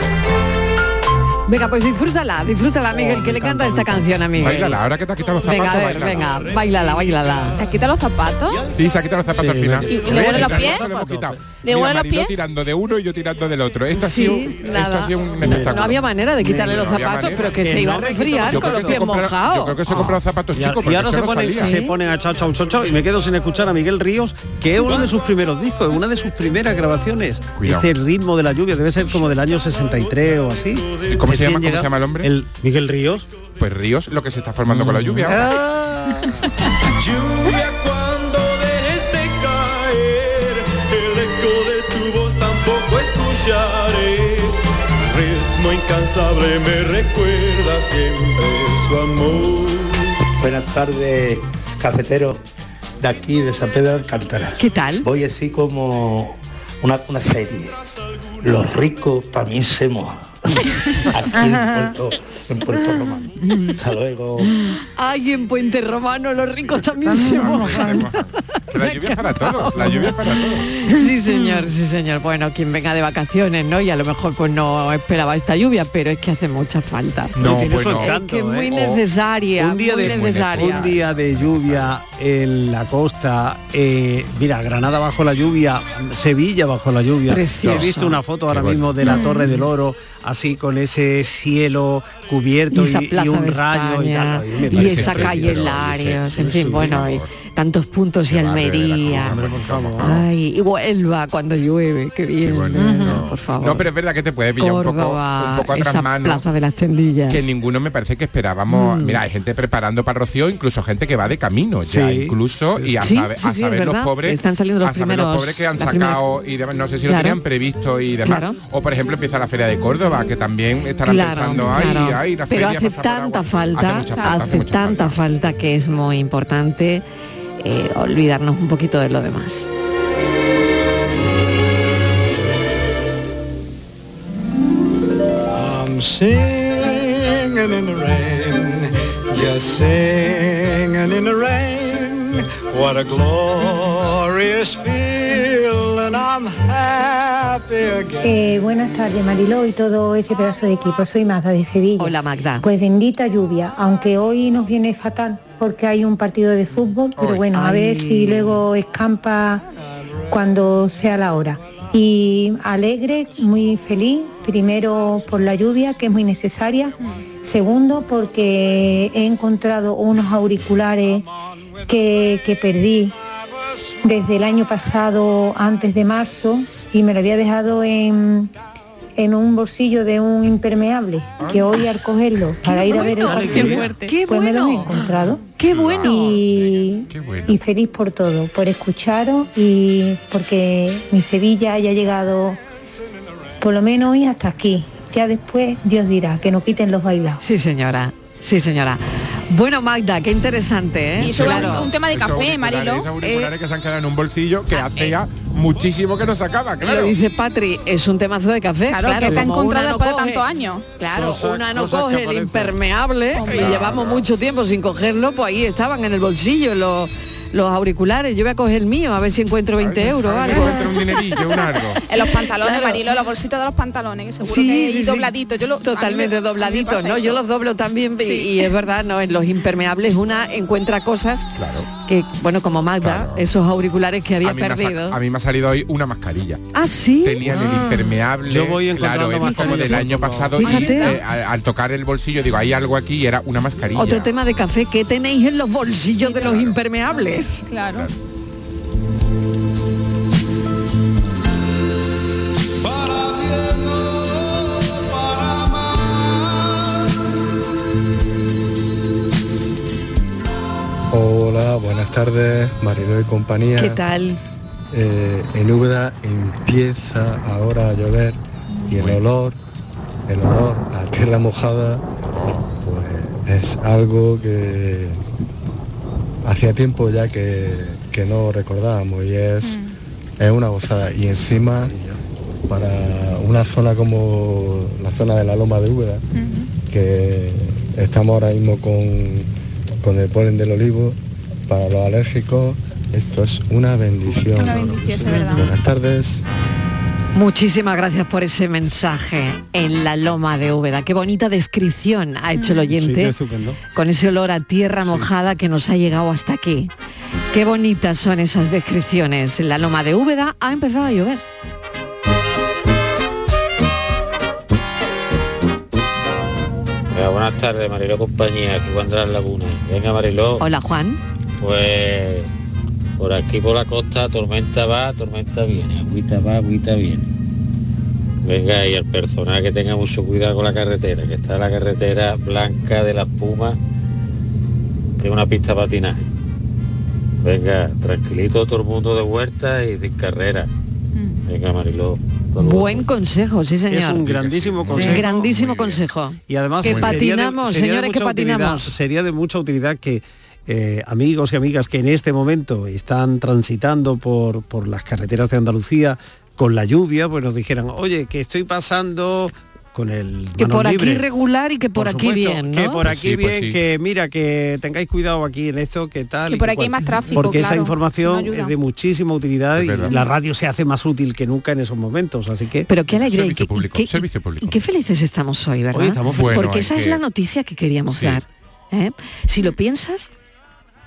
S7: Venga, pues disfrútala, disfrútala, Miguel, que le canta esta canción a Miguel.
S10: Báilala, ahora que te has quitado los
S7: Venga, a
S10: zapatos,
S7: ver,
S10: bailala.
S7: venga, bailala, bailala. ¿Te quita los zapatos?
S10: Sí, se ha quitado los zapatos
S7: Sí,
S10: al final.
S7: ¿Y- y le huelen los pies?
S10: Lo hemos quitado.
S7: ¿Le
S10: Mira,
S7: huelen los
S10: Mariló
S7: pies?
S10: tirando de uno y yo tirando del otro. Esto,
S7: Sí,
S10: ha, sido, esto
S7: nada.
S10: ha sido un espectáculo.
S7: No había manera de quitarle los
S10: No había
S7: zapatos,
S10: manera.
S7: pero que se iba a resfriar
S10: Yo
S7: con
S10: creo
S7: los
S10: que se
S7: pies
S10: compraron- Yo
S7: mojados.
S10: creo que se compraron zapatos
S11: Y, a- y
S10: chicos porque
S11: ahora
S10: eso
S11: se
S10: no
S11: ponen,
S10: salía.
S11: se ponen a chao chao chao chao y me quedo sin escuchar a Miguel Ríos, que es uno de sus primeros discos, es una de sus primeras grabaciones.
S10: Cuidado.
S11: Este ritmo de la lluvia debe ser como del año 63 o así.
S10: ¿Cómo se
S11: Recién
S10: llama? ¿Cómo
S11: llegado.
S10: se llama el hombre?
S11: Miguel Ríos.
S10: Pues Ríos, lo que se está formando
S7: Mm.
S10: con la lluvia. ahora.
S7: Ah.
S10: Ah.
S5: <laughs> Lluvia cuando dejes de caer, el eco de tu voz tampoco escucharé. Ritmo incansable me recuerda siempre su amor.
S20: Buenas tardes, cafetero de aquí, de San Pedro de Alcántara. ¿Qué tal? Voy así como una, una serie. Los ricos también se mojan. aquí en Puerto, en Puerto Romano. Hasta luego.
S7: Ay, en Puente Romano los ricos
S10: Ah,
S7: también se mojan. <laughs>
S10: La lluvia es para todos, la lluvia es para todos.
S7: Sí, señor, sí, señor. Bueno, quien venga de vacaciones, ¿no? Y a lo mejor pues no esperaba esta lluvia, pero es que hace mucha falta.
S11: No, Tiene su bueno.
S7: es
S11: encanto,
S7: que es muy
S11: ¿eh?
S7: necesaria,
S11: un día
S7: muy
S11: de
S7: necesaria.
S11: un día de lluvia en la costa eh, mira granada bajo la lluvia sevilla bajo la lluvia
S7: Precioso.
S11: he visto una foto ahora
S7: Qué bueno.
S11: mismo de la
S7: Mm.
S11: torre del oro así con ese cielo cubierto
S7: y esa
S11: y, y
S7: plaza
S11: un
S7: de
S11: rayo y,
S7: España,
S11: tal. Ay, me
S7: y,
S11: parece
S7: esa
S11: espléndido,
S7: calle
S11: pero,
S7: Larios,
S11: sí,
S7: en
S11: sí,
S7: fin, bueno, y Tantos puntos y Almería. Ay, y Huelva cuando llueve, qué bien. Ajá. Por favor.
S10: No, pero es verdad que te puede pillar un poco,
S7: Córdoba,
S10: un poco a
S7: esa
S10: tras manos.
S7: plaza de las tendillas.
S10: Que ninguno me parece que esperábamos.
S7: Mm.
S10: Mira, hay gente preparando para Rocío, incluso gente que va de camino ya,
S7: Sí.
S10: incluso, y a,
S7: Sí,
S10: sabe-
S7: sí,
S10: a
S7: sí,
S10: saber
S7: es
S10: los
S7: verdad.
S10: pobres.
S7: Están saliendo los
S10: a saber
S7: primeros-
S10: los pobres que han
S7: la
S10: sacado y demás. No sé si lo
S7: Claro.
S10: tenían previsto y demás.
S7: Claro.
S10: O por ejemplo empieza la feria de Córdoba, que también estarán pensando, ay,
S7: claro.
S10: ay, la
S7: Pero
S10: feria
S7: hace
S10: pasa por
S7: tanta
S10: agua".
S7: falta,
S10: Hace
S7: hace,
S10: mucha falta, hace mucha
S7: tanta falta que es muy importante eh, olvidarnos un poquito de lo demás.
S5: I'm singing in the rain, just singing in the rain. What a glorious feeling, I'm happy again.
S12: Eh, buenas tardes, Mariló y todo ese pedazo de equipo. Soy Magda de Sevilla. Hola,
S7: Magda.
S12: Pues bendita lluvia, aunque hoy nos viene fatal porque hay un partido de fútbol, pero
S23: Ay.
S12: bueno, a ver
S23: Ay.
S12: si luego escampa cuando sea la hora. Y alegre, muy feliz, primero por la lluvia, que es muy necesaria. Segundo, porque he encontrado unos auriculares que, que perdí desde el año pasado, antes de marzo, y me lo había dejado en, en un bolsillo de un impermeable, que hoy al cogerlo para ir a ver el
S7: bueno, qué
S12: partido,
S7: fuerte. Qué
S12: pues me los he encontrado. ¡Qué bueno! Y, y feliz por todo, por escucharos y porque mi Sevilla haya llegado por lo menos hoy hasta aquí. Ya después Dios dirá que no quiten los bailados.
S7: Sí, señora. Sí, señora. Bueno, Magda, qué interesante, ¿eh?
S10: Y eso era un tema
S12: de
S10: Esos
S12: café,
S10: auriculares,
S12: Mariló.
S10: esos auriculares que se han quedado en un bolsillo que hace ya muchísimo que no sacaba,
S7: Lo
S10: claro.
S7: dice Patri, es un temazo de café.
S10: Claro, que está
S7: como
S10: encontrado
S7: una no
S10: después de
S7: coge-
S10: tantos años.
S7: Claro,
S10: Cosas-
S7: una no
S10: cosas que
S7: coge el
S10: aparecen.
S7: impermeable
S10: Hombre.
S7: y llevamos mucho tiempo sin cogerlo, pues ahí estaban en el bolsillo los, los auriculares. Yo voy a coger el mío, a ver si encuentro 20 euros o algo.
S10: un dinerillo, un
S24: <laughs>
S6: <laughs>
S10: algo.
S6: En los pantalones,
S7: Claro.
S6: Marilo, la bolsita de los pantalones, que seguro
S7: Sí,
S6: que hay
S7: sí, sí.
S6: dobladitos. Yo lo- a mí me-
S7: Totalmente
S6: a mí me
S7: dobladitos,
S6: pasa
S7: ¿no? Yo
S6: eso.
S7: los doblo también y-
S6: Sí.
S7: y es verdad, ¿no? En los impermeables una encuentra cosas que, bueno, como Magda, esos auriculares que había
S10: a, mí me ha sa-
S7: perdido.
S10: a mí me ha salido hoy una mascarilla.
S7: Ah, sí.
S10: Tenía en el impermeable.
S11: Yo voy encontrando
S10: claro, era como
S11: mascarillas
S10: del
S11: por
S10: año
S11: todos
S10: pasado.
S7: lados.
S10: y,
S7: Fíjate.
S10: eh, al, al tocar el bolsillo digo, hay algo aquí y era una mascarilla.
S7: Otro tema de café, ¿qué tenéis en los bolsillos de los impermeables?
S6: Claro.
S25: Hola, buenas tardes, marido y compañía.
S7: ¿Qué tal?
S25: Eh, en Úbeda empieza ahora a llover y el olor, el olor a tierra mojada, pues es algo que hacía tiempo ya que, que no recordábamos y es,
S6: Mm.
S25: es una gozada. Y encima para una zona como la zona de la Loma de Úbeda, que estamos ahora mismo con, con el polen del olivo, para los alérgicos, esto es una bendición.
S6: Una bendición, es verdad.
S25: Buenas tardes.
S7: Muchísimas gracias por ese mensaje en la Loma de Úbeda. Qué bonita descripción ha hecho
S6: Mm.
S7: el
S11: Sí,
S7: oyente
S11: es estupendo.
S7: con ese olor a tierra mojada que nos ha llegado hasta aquí. Qué bonitas son esas descripciones. En la Loma de Úbeda ha empezado a llover.
S26: Venga, buenas tardes, Mariló Compañía, aquí Juan de las Lagunas. Venga,
S13: Oh.
S26: Mariló.
S7: Hola Juan.
S26: Pues por aquí por la costa, tormenta va, tormenta viene, agüita va, agüita viene. Venga, y al personal que tenga mucho cuidado con la carretera, que está la carretera blanca de las Pumas, que es una pista de patinaje. Venga, tranquilito todo el mundo de vuelta y sin carrera. Venga, Mariló.
S7: Buen consejo, sí señor.
S11: Es un grandísimo
S7: Sí,
S11: consejo.
S7: grandísimo consejo.
S11: Y además pues,
S7: que
S11: sería de-
S7: patinamos,
S11: sería de
S7: señores, que
S11: mucha utilidad-
S7: patinamos.
S11: sería de mucha utilidad que eh, amigos y amigas que en este momento están transitando por, por las carreteras de Andalucía con la lluvia, pues nos dijeran, oye, que estoy pasando con el
S7: Que
S11: manos
S7: por aquí
S11: libres".
S7: regular y que por, aquí
S11: supuesto,
S7: bien,
S11: que
S7: ¿no?
S11: por aquí
S13: pues
S11: bien, que mira, que tengáis cuidado aquí en esto, que tal.
S6: Que
S11: y
S6: por aquí hay
S11: cual.
S6: más tráfico,
S11: Porque esa
S6: claro,
S11: información
S6: si no ayuda.
S11: es de muchísima utilidad y la radio se hace más útil que nunca en esos momentos, así que.
S7: Pero qué alegría. y
S11: Servicio
S7: qué- y
S11: público,
S7: qué-
S11: servicio
S7: y
S11: público.
S7: qué felices estamos hoy, ¿verdad?
S11: Hoy estamos felices.
S7: Porque
S11: Bueno,
S7: esa
S11: hay
S7: es
S11: que-
S7: la noticia que queríamos
S11: Sí.
S7: dar. ¿eh? Si lo piensas,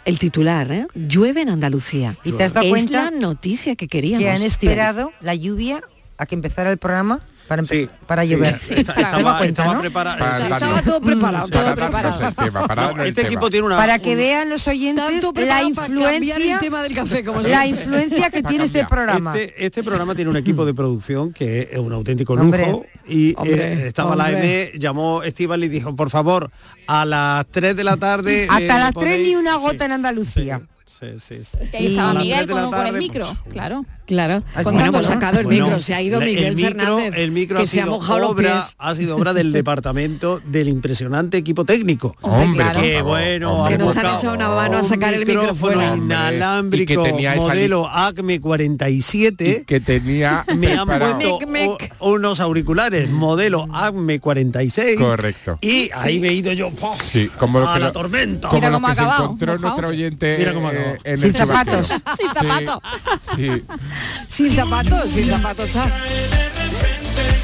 S7: el titular, ¿eh? llueve en Andalucía.
S13: ¿Y te has dado
S7: es
S13: cuenta
S7: la noticia que queríamos.
S13: Que han
S7: Estivaliz.
S13: esperado la lluvia a que empezara el programa para, empe- para
S11: Sí,
S13: llover.
S11: está-
S13: ¿Te has
S11: estaba-
S13: dado cuenta,
S11: estaba
S13: no?
S11: prepara- Para estaba darnos- todo preparado,
S13: Mm,
S11: todo
S13: sí.
S11: preparado. No sé el tema, para darnos el
S13: Este
S11: tema.
S13: equipo tiene una- Para que
S11: un-
S13: vean los oyentes
S7: Tanto
S13: la
S7: preparado para cambiar
S13: influencia
S7: el tema del café, como
S13: la
S7: siempre.
S13: influencia que tiene este programa.
S11: Este, este programa tiene un equipo de producción que es un auténtico lujo.
S13: Hombre.
S11: y eh,
S13: Hombre,
S11: estaba
S13: hombre.
S11: la M, llamó Estival y dijo, por favor, a las 3 de la tarde.
S13: Hasta
S11: eh,
S13: las
S11: ponéis-
S13: tres ni una gota en Andalucía.
S11: Sí, sí,
S13: Que ahí estaba
S11: A las
S13: Miguel
S11: tres de la
S13: como con el
S11: tarde, pues,
S13: micro,
S27: claro.
S7: Claro.
S11: Bueno,
S7: Contando,
S11: bueno,
S7: sacado el
S11: bueno,
S7: micro, se ha ido
S11: la-
S7: Miguel
S11: el micro,
S7: Fernández,
S11: El micro
S7: que
S11: ha,
S7: se ha
S11: sido
S7: mojado los
S11: obra,
S7: pies.
S11: ha sido obra
S7: <laughs>
S11: del departamento del impresionante equipo técnico.
S10: Hombre, claro.
S11: que
S10: por favor,
S11: bueno,
S10: hombre,
S11: han
S10: Que nos han
S11: buscado
S7: echado una mano a
S11: un
S7: sacar el micro
S11: micrófono
S7: fuera.
S11: inalámbrico
S10: Y que tenía esa li-
S11: modelo ACME 47
S10: que tenía
S11: <laughs> me han
S10: preparado.
S11: puesto
S10: Mec,
S11: u- unos auriculares modelo ACME 46
S10: Correcto.
S11: y ahí me he ido yo ¡puf!
S10: Sí, como lo
S11: a
S10: que
S11: la
S10: lo-
S11: tormenta
S10: como Mira lo cómo que ha se acabado, encontró mojao. nuestra oyente,
S11: Mira cómo ha
S10: eh,
S11: acabado.
S10: en el Sin zapatos. chubasquero.
S7: Sin zapatos.
S10: Sí.
S7: <laughs> Sin zapatos, sin zapatos está.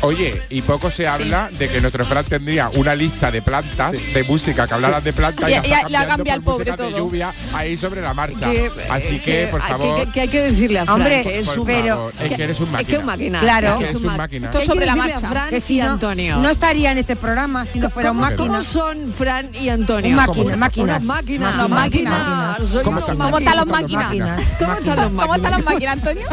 S10: Oye, y poco se habla de que nuestro Fran tendría una lista de plantas, de música, que hablaran de plantas
S7: Y-
S10: y,
S7: y-
S10: la está
S7: le ha
S10: cambiando
S7: cambiado
S10: por
S7: al pobre
S10: música de
S7: todo.
S10: lluvia ahí sobre la marcha.
S7: Que- eh,
S10: Así que, por
S7: que-
S10: favor.
S7: que- que hay que decirle a Fran
S10: Hombre,
S7: que es
S10: por
S7: un
S10: favor, es que eres un
S7: Es que es
S10: máquina.
S7: un máquina.
S10: Claro.
S7: Es que
S10: Es un
S7: ma-
S10: máquina.
S7: Esto
S10: Hay
S7: es
S10: que
S7: sobre la
S10: decirle a
S7: marcha.
S10: Fran
S7: Que si
S13: no,
S7: Antonio.
S13: no estaría en este programa si no fuera un
S7: ¿Cómo,
S13: máquina.
S7: cómo son Fran y Antonio?
S13: Un máquina, Como- máquinas.
S7: Unos máquinas.
S13: Máquinas,
S7: Unos
S13: máquinas.
S7: Soy
S13: ¿Cómo
S7: unos
S13: están las máquinas?
S7: ¿Cómo están los máquinas?
S13: ¿Cómo están las
S7: máquinas, <laughs> Antonio?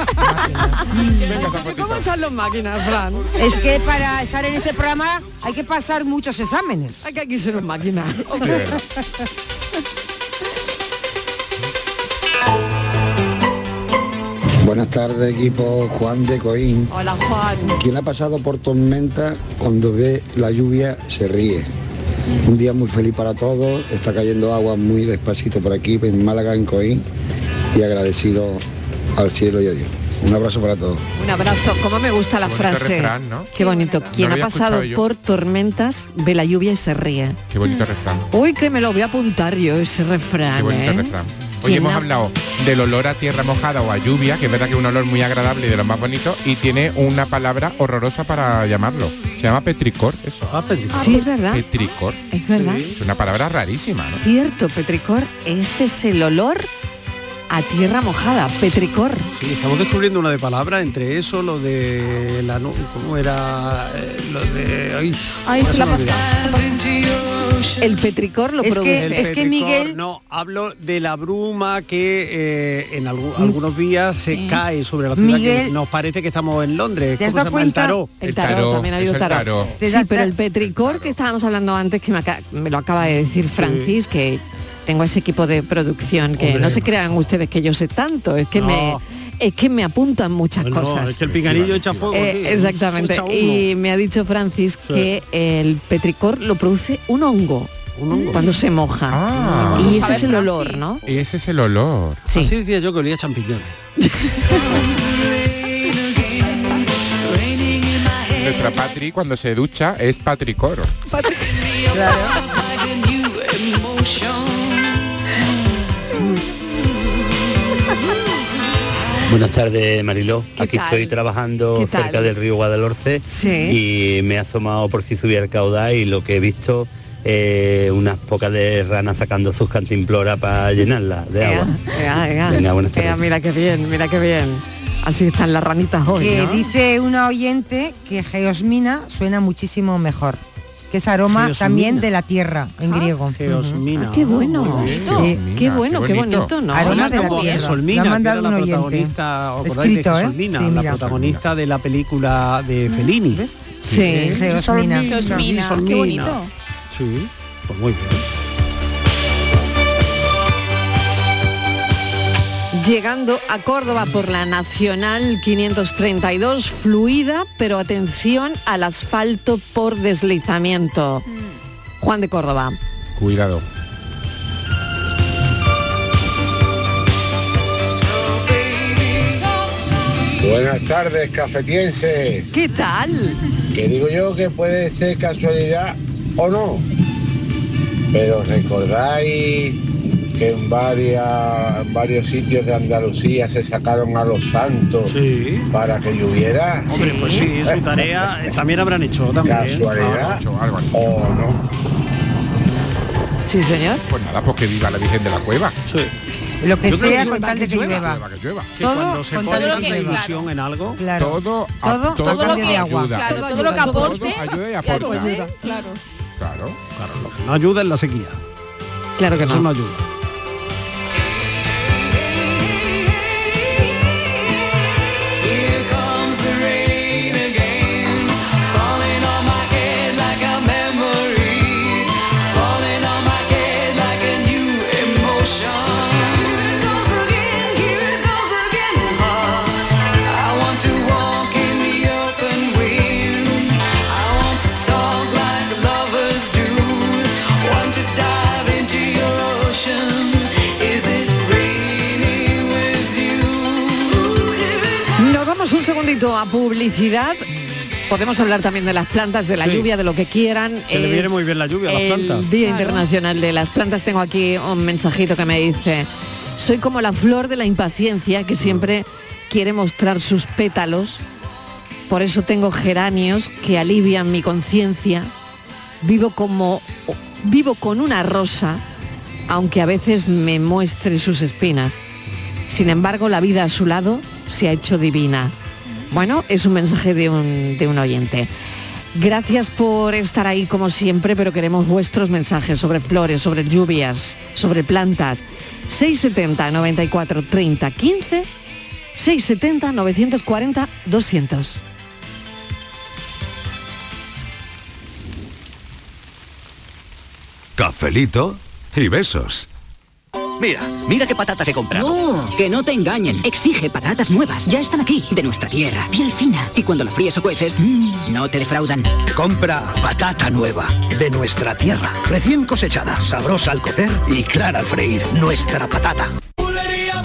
S7: ¿Cómo están los máquinas, Fran?
S13: Es que para estar en este programa hay que pasar muchos exámenes.
S7: Hay que ser un máquina.
S9: Buenas tardes equipo Juan de Coín.
S7: Hola, Juan.
S9: Quien ha pasado por tormenta cuando ve la lluvia se ríe. Un día muy feliz para todos, está cayendo agua muy despacito por aquí, en Málaga, en Coín, y agradecido al cielo y a Dios. Un abrazo para todos.
S7: <laughs> Un abrazo. ¿Cómo me gusta la
S9: bonito
S7: frase?
S9: refrán, ¿no?
S7: Qué bonito. Quien ha
S9: había
S7: pasado
S9: escuchado yo.
S7: por tormentas ve la lluvia y se ríe.
S10: Qué bonito refrán.
S7: Uy, que me lo voy a apuntar yo ese refrán.
S10: Qué bonito
S7: ¿eh?
S10: refrán. Oye,
S7: ¿Quién
S10: hemos
S7: ha-
S10: hablado del olor a tierra mojada o a lluvia, que es verdad que es un olor muy agradable y de los más bonitos, y tiene una palabra horrorosa para llamarlo. Se llama petricor, eso.
S11: Ah,
S7: Sí, es verdad.
S10: Petricor.
S7: Es verdad.
S10: Es una palabra rarísima, ¿no?
S7: Cierto, petricor, ese es el olor a tierra mojada. Petricor.
S11: Sí, estamos descubriendo una de palabra entre eso, lo de la nu- cómo era Eh, lo de ay,
S7: Ay,
S11: ahora
S7: se la
S11: me ha olvidado.
S7: El petricor lo produce.
S11: El petricor, no hablo de la bruma que eh, en algu- algunos días se cae sobre la ciudad que
S7: Mm, Miguel.
S11: nos parece que estamos en Londres
S7: ¿Te has
S11: ¿Cómo se
S7: dado
S11: llama? el
S7: cuenta?
S11: tarot
S7: El tarot, también ha habido tarot. Sí, pero el petricor que estábamos hablando antes, que me, aca- me lo acaba de decir Francis, que tengo ese equipo de producción, que
S11: Hombre.
S7: no se crean ustedes que yo sé tanto, es que
S11: No.
S7: me... Es que me apuntan muchas
S11: No,
S7: cosas.
S11: es que el pinganillo echa fuego,
S7: Eh,
S11: tío.
S7: exactamente.
S11: Echa humo.
S7: Y me ha dicho Francis
S11: Sí.
S7: que el petricor lo produce un hongo, cuando se moja.
S10: Ah.
S7: y
S10: ¿Cómo
S7: ese es
S10: sabe
S7: el olor, ¿no?
S10: Y ese es el olor.
S11: así decía yo que olía a champiñones
S10: Nuestra Patri cuando se ducha es patricor.
S15: Buenas tardes, Mariló. Aquí
S7: tal?
S15: estoy trabajando
S7: ¿Qué tal?
S15: cerca del río Guadalhorce
S7: Sí.
S15: y me he asomado por si subía el caudal y lo que he visto eh, unas pocas de ranas sacando sus cantimploras para llenarlas de agua.
S7: Ea, ea.
S15: Venga, buenas tardes.
S7: Ea, mira qué bien, mira qué bien. Así están las ranitas hoy.
S13: que
S7: ¿no?
S13: dice una oyente que geosmina suena muchísimo mejor. Que es aroma
S7: Geosmina.
S13: también de la tierra en griego.
S11: Geosmina.
S7: Qué bueno.
S13: bien.
S7: Qué,
S13: Geosmina,
S7: qué bueno,
S13: qué
S7: qué bonito,
S13: bonito.
S7: ¿no?
S13: Aroma de la
S11: como
S13: tierra.
S11: Gesolmina,
S13: Lo ha
S11: que
S13: mandado
S11: era la
S13: un oyente.
S11: protagonista, ¿os acordáis
S13: Escrito,
S11: de
S13: ¿eh?
S11: Gesolmina,
S13: Sí,
S11: la
S13: mira.
S11: protagonista de la película de
S7: Mm.
S11: Fellini.
S13: Sí, Geosmina. Geosmina, qué
S11: Gesolmina.
S13: bonito.
S11: Sí, pues muy bien.
S7: Llegando a Córdoba por la Nacional 532, fluida, pero atención al asfalto por deslizamiento. Juan de Córdoba.
S10: Cuidado.
S14: Buenas tardes, cafetiense.
S7: ¿Qué tal?
S14: Que digo yo que puede ser casualidad o no. Pero recordáis que en, varias, en varios sitios de Andalucía se sacaron a los santos para que lloviera.
S11: Hombre, pues sí, su tarea eh, también habrán hecho también. ¿eh?
S14: Casualidad
S10: o
S14: no.
S7: Sí, señor.
S10: Pues nada, pues que viva la Virgen de la Cueva.
S11: Sí.
S10: Lo que
S11: Yo creo
S10: sea
S11: que
S10: con
S11: llueva,
S10: tal de
S11: que
S10: que
S11: llueva.
S10: llueva.
S11: Que llueva. Que
S10: Todo
S11: cuando se
S10: con
S11: pone
S10: tal de
S11: tanta
S10: que llueva.
S11: ilusión en algo,
S10: Claro.
S28: Todo, a-
S10: Todo-
S28: todo
S10: todo lo
S28: cambia
S10: que-
S28: de ayuda.
S10: claro,
S28: Todo
S10: todo lo que
S28: ayuda, todo
S10: aporte,
S28: ayuda y
S10: claro,
S28: aporta.
S10: ayuda.
S29: Claro.
S28: Claro.
S11: claro, lo que no ayuda es la sequía.
S7: Claro que
S11: Eso
S7: no.
S11: no ayuda.
S5: Here comes the rain again, falling on my head like a memory, falling on my head like a new emotion. Here it comes again, here it comes again. I want to walk in the open wind. I want to talk like lovers do. Want to dive into your ocean. Is it raining with you?
S7: Nos vamos un segundito a publicidad. Podemos hablar también de las plantas, de la
S11: Sí.
S7: lluvia, de lo que quieran.
S11: Que le viene
S7: Es
S11: muy bien la lluvia a las
S7: el
S11: plantas.
S7: Día
S11: Claro.
S7: Internacional de las Plantas. Tengo aquí un mensajito que me dice, soy como la flor de la impaciencia que siempre quiere mostrar sus pétalos. Por eso tengo geranios que alivian mi conciencia. Vivo como vivo con una rosa, aunque a veces me muestre sus espinas. Sin embargo, la vida a su lado se ha hecho divina. Bueno, es un mensaje de un, de un oyente. Gracias por estar ahí como siempre, pero queremos vuestros mensajes sobre flores, sobre lluvias, sobre plantas. 670 94 30 15 670 940 200.
S30: Cafelito y besos.
S24: Mira, mira qué patatas he comprado. No, que no te engañen. Exige patatas nuevas. Ya están aquí, de nuestra tierra. Piel fina. Y cuando las fríes o cueces, mmm, no te defraudan.
S31: Compra patata nueva de nuestra tierra, recién cosechada, sabrosa al cocer y clara al freír. Nuestra patata.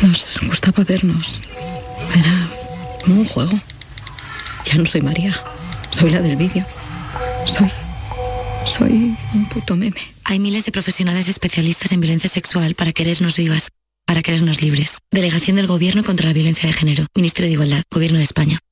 S8: Nos gustaba vernos. Era como un juego. Ya no soy María. Soy la del vídeo. Soy. Soy un puto meme.
S32: Hay miles de profesionales especialistas en violencia sexual para querernos vivas, para querernos libres. Delegación del Gobierno contra la Violencia de Género. Ministerio de Igualdad. Gobierno de España.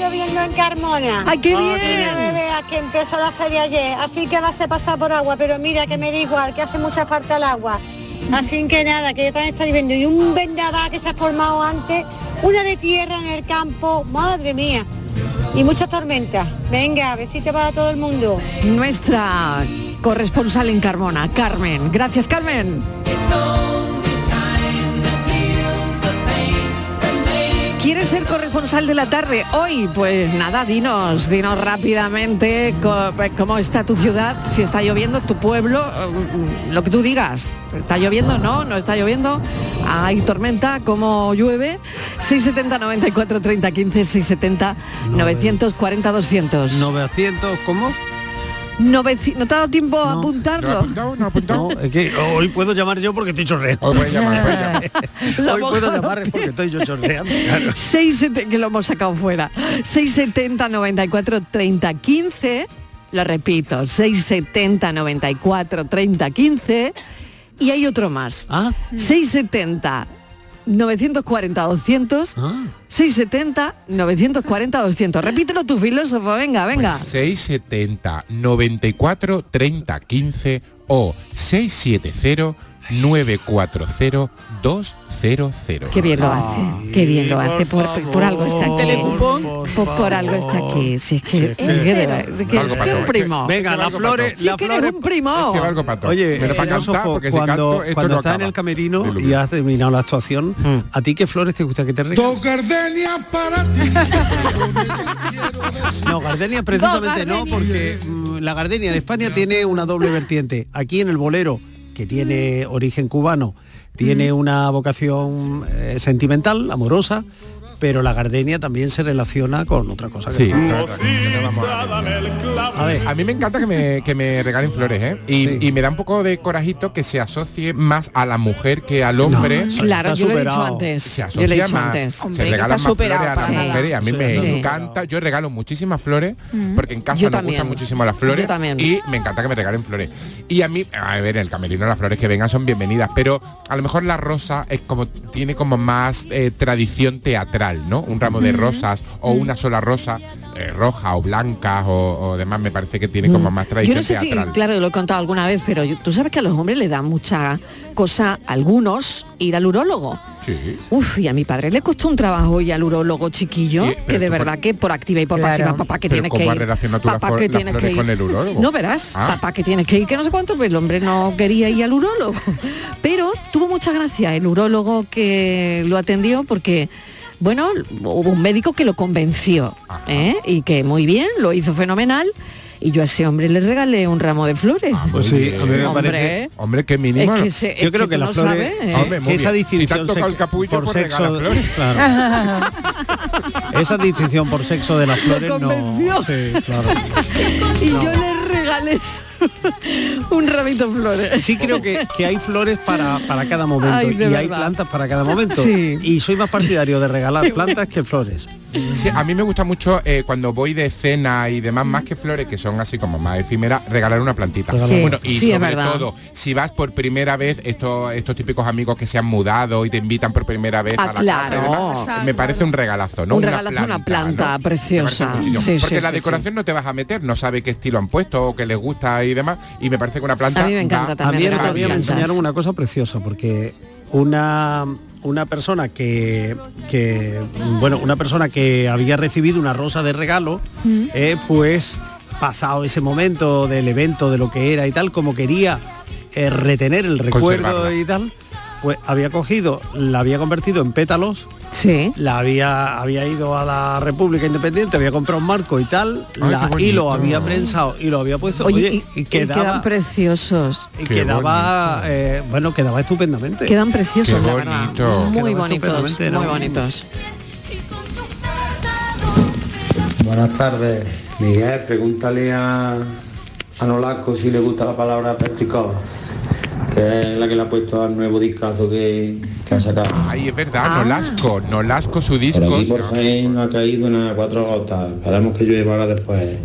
S2: lloviendo en Carmona. Oh,
S7: ¡Ay, qué bien!
S2: Y no me veas que empezó la feria ayer, así que vas a pasar por agua, pero mira que me da igual, que hace mucha falta el agua. Así que nada, que yo también estoy viviendo. Y un vendaval que se ha formado antes, una de tierra en el campo, madre mía. Y mucha tormenta. Venga, besito para todo el mundo.
S7: Nuestra corresponsal en Carmona, Carmen. Gracias, Carmen. ¿Quieres ser corresponsal de la tarde hoy? Pues nada, dinos, dinos rápidamente co- pues, cómo está tu ciudad, si está lloviendo, tu pueblo, eh, lo que tú digas. ¿Está lloviendo? No, no está lloviendo. Hay tormenta, ¿cómo llueve? 670 94 30 15 670 940 200.
S11: 900, ¿cómo?
S7: Noveci- ¿No te ha dado tiempo a apuntarlo?
S11: No, es que hoy puedo llamar yo porque estoy chorreando. Hoy puedo llamar, <laughs> Hoy puedo llamar porque estoy yo
S7: <laughs>
S11: chorreando.
S7: 670 que lo hemos sacado fuera. 670 94 30 15. Lo repito, 670 94 30 15. Y hay otro más. 670 940 200. 670 940 200. Repítelo tu filósofo, venga, venga.
S10: Pues 670 94 30 15 o 670 940 200.
S7: Qué bien lo hace, qué bien lo hace, ah, por, por algo está aquí. Por, por algo está aquí, si es que, es que de verdad, es que es
S10: Valgo para
S7: un
S10: todo.
S7: primo.
S11: Venga, las flores,
S7: Sí
S11: las
S7: que eres
S11: flores-
S7: un primo.
S10: que valgo para todo.
S11: Oye,
S10: Pero para
S11: eh,
S10: cantar,
S11: Adolfo,
S10: porque si
S11: cuando,
S10: canto, esto
S11: cuando
S10: no
S11: estás en
S10: acaba.
S11: el camerino y has terminado la actuación,
S7: Mm.
S11: ¿a ti qué flores te gusta que te regalen?
S3: Gardenia para
S5: <laughs>
S3: ti.
S11: No, gardenia precisamente no, porque mm, la gardenia en España tiene una doble vertiente. Aquí en el bolero, que tiene origen cubano,
S7: Mm.
S11: tiene una vocación eh, sentimental, amorosa, pero la gardenia también se relaciona con otra cosa. que
S10: Sí.
S11: no.
S10: A, ver. a mí me encanta que me, que me regalen flores, ¿eh? Y, y me da un poco de corajito que se asocie más a la mujer que al hombre.
S7: No, claro, yo lo he dicho antes.
S10: Se asocia
S7: Yo lo he dicho
S10: más,
S7: antes.
S10: se
S7: Hombre,
S10: regalan
S7: está
S10: más
S7: superado,
S10: flores a las
S7: sí.
S10: mujeres y a mí me
S7: Sí.
S10: encanta. Yo regalo muchísimas flores
S7: Mm.
S10: porque en casa
S7: Yo
S10: nos
S7: también.
S10: gustan muchísimo las flores
S7: Yo también.
S10: y me encanta que me regalen flores. Y a mí, a ver, en el camerino las flores que vengan son bienvenidas, pero a lo mejor la rosa es como tiene como más eh, tradición teatral, ¿no? Un ramo de
S5: Mm.
S10: rosas o una sola rosa eh, roja o blancas o, o demás me parece que tiene como más
S7: Mm. Yo
S10: tradición
S7: no sé si,
S10: teatral.
S7: claro, lo he contado alguna vez, pero yo- tú sabes que a los hombres le da mucha cosa, a algunos, ir al urólogo.
S10: Sí.
S7: Uf, y a mi padre le costó un trabajo y al urólogo chiquillo,
S10: Y- pero
S7: que de
S10: tú por-
S7: verdad que por activa y por
S10: Claro.
S7: pasiva, papá que
S10: Pero
S7: tienes
S10: ¿cómo
S7: que
S10: has
S7: ir.
S10: relacionado tú las
S7: Papá
S10: flor-
S7: que
S10: las
S7: tienes que
S10: flores
S7: ir.
S10: con el urólogo?
S7: No verás,
S10: Ah.
S7: papá que tienes que ir, que no sé cuánto, pues el hombre no quería ir al urólogo. <laughs> Pero tuvo mucha gracia el urólogo que lo atendió porque bueno, hubo un médico que lo convenció ¿eh? y que muy bien, lo hizo fenomenal. Y yo a ese hombre le regalé un ramo de flores.
S10: Ah,
S11: Pues sí, a mí me parece...
S10: Hombre, qué
S7: mínimo. Es que se- es
S11: Yo creo
S7: que
S11: que
S7: tú
S11: las
S7: no
S11: flores...
S7: sabes, ¿eh? Hombre, muy
S11: esa
S7: bien. Si te
S11: distinción
S10: han tocado
S11: sec-
S10: el capullo,
S11: por
S10: pues
S11: sexo...
S10: regala flores.
S11: claro. Esa distinción por sexo
S7: <laughs>
S11: de las flores no...
S7: convenció.
S11: Sí, claro.
S7: <laughs> y yo le regalé un ramito de flores.
S11: Sí creo que, que hay flores para, para cada momento
S7: Ay,
S11: y
S7: de
S11: hay
S7: verdad.
S11: plantas para cada momento.
S7: Sí.
S11: Y soy más partidario de regalar plantas que flores.
S10: Sí, a mí me gusta mucho eh, cuando voy de cena y demás, más que flores que son así como más efímeras, regalar una plantita.
S5: Regalar una
S10: Bueno,
S5: planta.
S10: y
S5: Sí, es
S10: sobre
S5: verdad.
S10: todo, si vas por primera vez, estos, estos típicos amigos que se han mudado y te invitan por primera vez
S7: Ah,
S10: a la casa y
S7: claro.
S10: demás,
S7: Exacto,
S10: me parece un regalazo, ¿no?
S7: un regalazo, una planta preciosa.
S10: muchísimo.
S7: Sí, sí,
S10: Porque la
S7: sí,
S10: decoración no te vas a meter, no sabe qué estilo han puesto o qué les gusta y demás. Y me parece que una planta.
S7: A mí me encanta
S10: va-
S11: Ah, A mí el
S10: va
S11: otro día me
S10: bien.
S11: enseñaron una cosa preciosa porque una una persona que, que bueno una persona que había recibido una rosa de regalo
S5: Mm.
S11: eh, pues pasado ese momento del evento de lo que era y tal como quería eh, retener el recuerdo
S5: Conservarla.
S11: y tal pues había cogido la había convertido en pétalos
S7: sí
S11: la había había ido a la República Independiente había comprado un marco y tal
S7: Ay,
S11: la-
S7: qué
S11: y lo
S7: bonito.
S11: había prensado y lo había puesto
S7: Oye,
S11: oye,
S7: y,
S11: y
S7: y quedan
S11: quedaba
S7: preciosos.
S11: y quedaba eh, bueno quedaba estupendamente
S7: Quedan preciosos,
S11: Qué
S7: la verdad.
S11: bonito.
S7: Muy
S11: Quedaba
S7: bonitos,
S11: estupendamente,
S7: muy
S11: ¿no?
S7: bonitos.
S6: Buenas tardes. Miguel, pregúntale a, a Nolaco si le gusta la palabra pesticado, que es la que le ha puesto al nuevo discazo que, que ha sacado.
S10: Ay, es verdad,
S7: Ah.
S10: Nolasco, Nolasco su disco.
S6: Por aquí por Jaén ha caído unas cuatro gotas. Esperemos que llueva ahora después.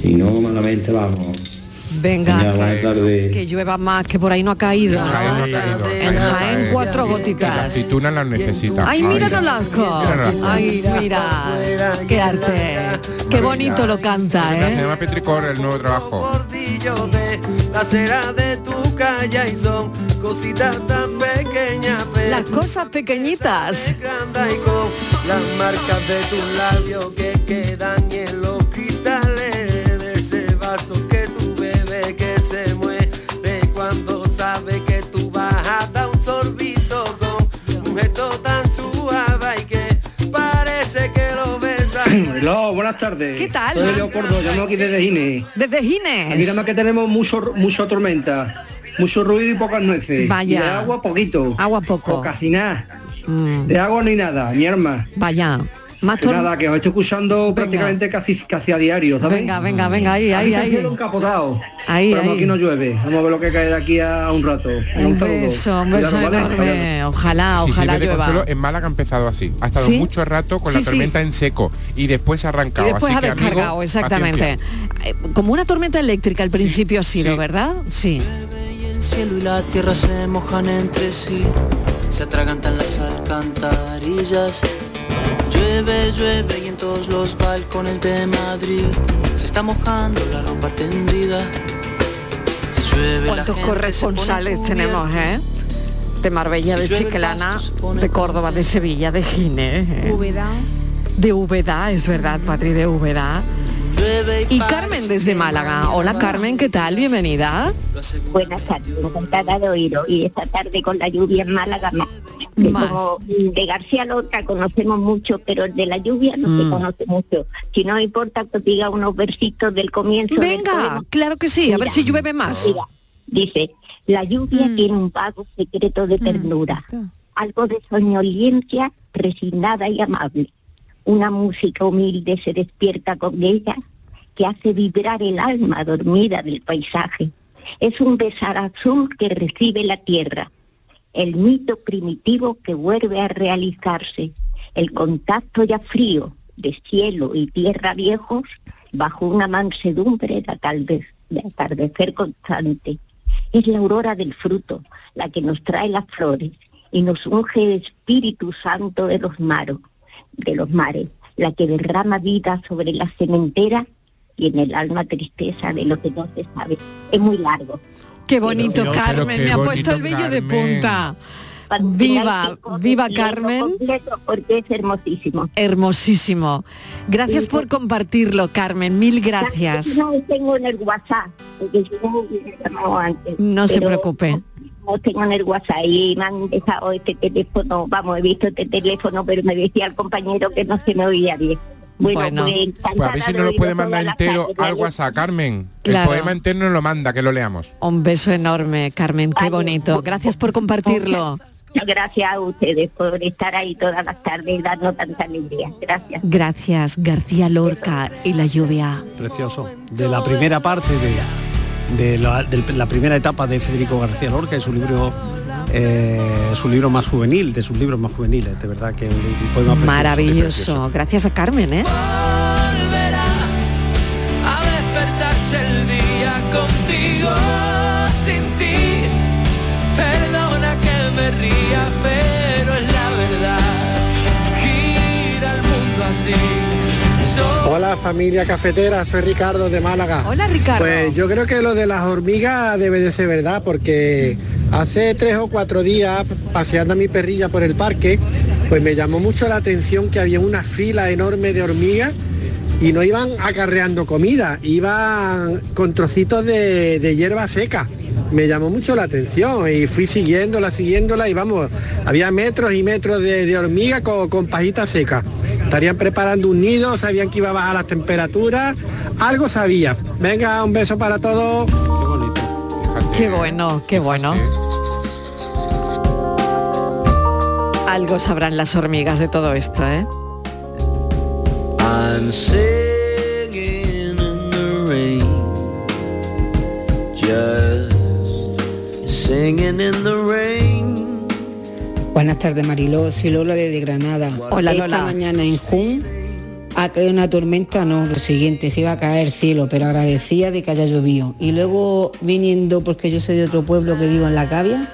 S6: Si no, malamente vamos.
S7: Venga,
S6: Venga, buenas
S7: que-
S6: tardes.
S7: que llueva más, que por ahí no ha caído. ¿no? En Jaén cuatro
S10: eh. La
S7: gotitas.
S10: aceituna la necesita.
S7: Ay, mira Nolasco.
S10: Nolasco.
S7: Ay, mira. Qué arte. Qué bonito lo canta,
S10: Se
S7: ¿eh?
S10: llama Petricor el nuevo trabajo.
S5: bordillo de la cera de tu calle y son cositas tan pequeñas pero
S7: Las cosas pequeñitas.
S5: grandes y con las marcas de tus labios que quedan en los cristales de ese vaso que tu bebé que se mueve cuando sabe que tú vas a dar un sorbito con un gesto tan suave y que parece que lo besas
S8: Hola, buenas tardes.
S7: ¿Qué tal?
S8: Soy Leo Cordo, llamo aquí desde Gine.
S7: Desde
S8: Aquí nada
S7: Gines.
S8: Ah, más que tenemos mucho, ru- mucho tormenta, mucho ruido y pocas nueces.
S7: Vaya.
S8: Y de agua poquito.
S7: Agua poco. Mm.
S8: O casi nada. De agua ni nada, mi arma.
S7: Vaya. Más tor-
S8: Nada, que os estoy escuchando prácticamente casi, casi a diario, ¿sabes?
S7: Venga, venga, venga, ahí,
S8: Aquí
S7: ahí,
S8: está el
S7: ahí.
S8: cielo encapotado.
S7: Ahí,
S8: Pero
S7: ahí.
S8: aquí no llueve. Vamos a ver lo que cae de aquí a un rato.
S7: Un
S8: saludo.
S7: beso, un beso
S8: Cuidado, ¿vale?
S7: enorme. Ojalá,
S10: Si
S7: Ah, ojalá
S10: sirve de
S7: llueva.
S10: consuelo, en Málaga ha empezado así. Ha estado
S7: ¿Sí?
S10: mucho rato con
S7: Sí,
S10: la
S7: sí.
S10: tormenta en seco y después ha arrancado.
S7: Y después
S10: así
S7: ha
S10: que, amigo,
S7: descargado, exactamente.
S10: paciencia.
S7: Eh, Como una tormenta eléctrica al principio ha sido, ¿verdad? Sí.
S9: El cielo y la tierra se mojan entre sí, se atragantan las alcantarillas. Llueve, llueve y en todos los balcones de Madrid se está mojando la ropa tendida. Si llueve, la
S7: ¿Cuántos
S9: gente se pone
S7: corresponsales tenemos, eh? De Marbella,
S9: Si
S7: de
S9: llueve el
S7: Chiclana, de Córdoba, de Sevilla, de Ginés. eh.
S9: Úbeda.
S7: De Úbeda, es verdad, Patri, de Úbeda. Y Carmen desde Málaga. Hola Carmen, ¿qué tal? Bienvenida.
S33: Buenas tardes, encantada de oíros. Y esta tarde con la lluvia en Málaga más. Que como, mm, de García Lorca conocemos mucho, pero el de la lluvia no se
S7: Mm.
S33: conoce mucho. Si no importa, pues diga unos versitos del comienzo.
S7: Venga, claro que sí, a ver si llueve más.
S33: dice, la lluvia tiene un vago secreto de ternura, algo de soñolencia resignada y amable. Una música humilde se despierta con ella que hace vibrar el alma dormida del paisaje. Es un besar azul que recibe la tierra, el mito primitivo que vuelve a realizarse, el contacto ya frío de cielo y tierra viejos bajo una mansedumbre de, atarde- de atardecer constante. Es la aurora del fruto, la que nos trae las flores y nos unge el Espíritu Santo de los maros, de los mares, la que derrama vida sobre la cementera y en el alma tristeza de lo que no se sabe. Es muy largo.
S7: Qué bonito,
S33: Pero- pero
S7: Carmen,
S33: qué
S7: me ha puesto el
S33: bonito,
S7: vello de
S33: Carmen.
S7: punta.
S33: Cuando
S7: Viva,
S33: tengáis tiempo,
S7: viva
S33: leedlo
S7: Carmen.
S33: completo Porque es hermosísimo.
S7: Hermosísimo. Gracias por compartirlo, Carmen. Mil gracias.
S33: No tengo en el WhatsApp, porque si no hubiera llamado antes.
S7: No se
S33: Pero
S7: preocupe.
S33: No tengo en el WhatsApp y me han dejado este teléfono, vamos, he visto este teléfono, pero me decía el compañero que no se me oía bien. Bueno,
S10: Bueno.
S33: pues,
S10: Pues a ver si
S33: encantada
S10: nos lo
S33: de
S10: puede
S33: oír
S10: mandar
S33: todas las
S10: entero
S33: tardes,
S10: algo
S33: ¿vale?
S10: a Carmen.
S7: Claro.
S10: El poema entero nos lo manda, que lo leamos.
S7: Un beso enorme, Carmen. Qué bonito. Gracias por compartirlo.
S33: Gracias a ustedes por estar ahí todas las tardes y darnos tanta alegría. Gracias.
S7: Gracias, García Lorca y la lluvia.
S11: Precioso. De la primera parte de, de la, de la primera etapa de Federico García Lorca, es su libro, eh, su libro más juvenil, de sus libros más juveniles, de verdad que un, un poema precioso.
S7: Maravilloso. Gracias a Carmen, ¿eh?
S9: a despertarse el día contigo sin ti. Perdona que me ría, pero es la verdad. Gira el mundo así. Soy
S14: Hola familia cafetera, soy Ricardo de Málaga.
S7: Hola Ricardo.
S14: Pues yo creo que lo de las hormigas debe de ser verdad porque hace tres o cuatro días paseando a mi perrilla por el parque, pues me llamó mucho la atención que había una fila enorme de hormigas y no iban acarreando comida, iban con trocitos de, de hierba seca. Me llamó mucho la atención y fui siguiéndola, siguiéndola y vamos, había metros y metros de, de hormiga con, con pajita seca. Estarían preparando un nido, sabían que iba a bajar las temperaturas, algo sabía. Venga, un beso para todos.
S7: Qué bueno, qué bueno. Algo sabrán las hormigas de todo esto, ¿eh?
S9: I'm singing in the rain, just singing in the rain.
S26: Buenas tardes, Mariló. Soy Lola desde Granada.
S7: Hola,
S26: Esta
S7: Lola.
S26: mañana en Jun ha
S12: a que una tormenta, no, lo siguiente, se iba a caer cielo, pero agradecía de que haya llovido. Y luego viniendo, porque yo soy de otro pueblo que vivo en La Cavia,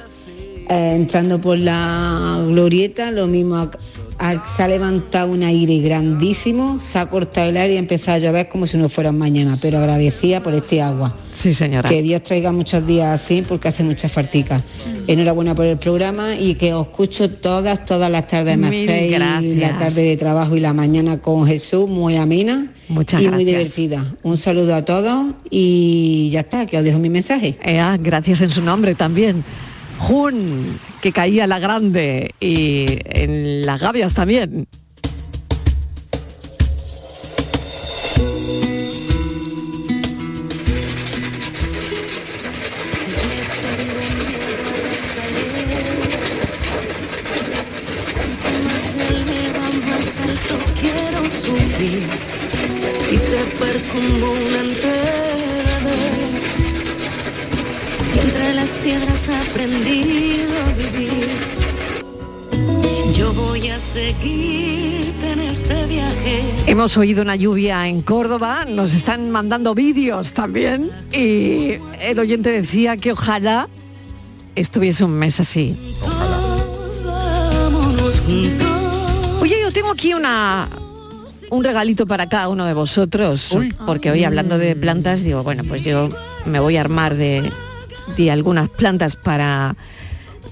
S12: eh, entrando por la glorieta, lo mismo, ha- ha- se ha levantado un aire grandísimo, se ha cortado el aire y ha empezado a llover como si no fuera mañana, pero agradecía por este agua.
S7: Sí, señora.
S12: Que Dios traiga muchos días así porque hace muchas farticas. Enhorabuena por el programa y que os escucho todas, todas las tardes. Me
S7: Mil
S12: hacéis
S7: gracias.
S12: la tarde de trabajo y la mañana con Jesús, muy amena
S7: Muchas
S12: y muy
S7: gracias.
S12: divertida. Un saludo a todos y ya está, que os dejo mi mensaje.
S7: Eh, ah, gracias en su nombre también. Jun, que caía la grande y en las gavias también.
S26: eleva más alto quiero subir y trepar como una enredadera. Y entre las piedras he aprendido a vivir. Yo voy a seguirte en este viaje.
S7: Hemos oído una lluvia en Córdoba, nos están mandando vídeos también y el oyente decía que ojalá estuviese un mes así.
S26: Vámonos juntos.
S7: Oye, yo tengo aquí una un regalito para cada uno de vosotros, porque hoy hablando de plantas digo, bueno, pues yo me voy a armar de, de algunas plantas para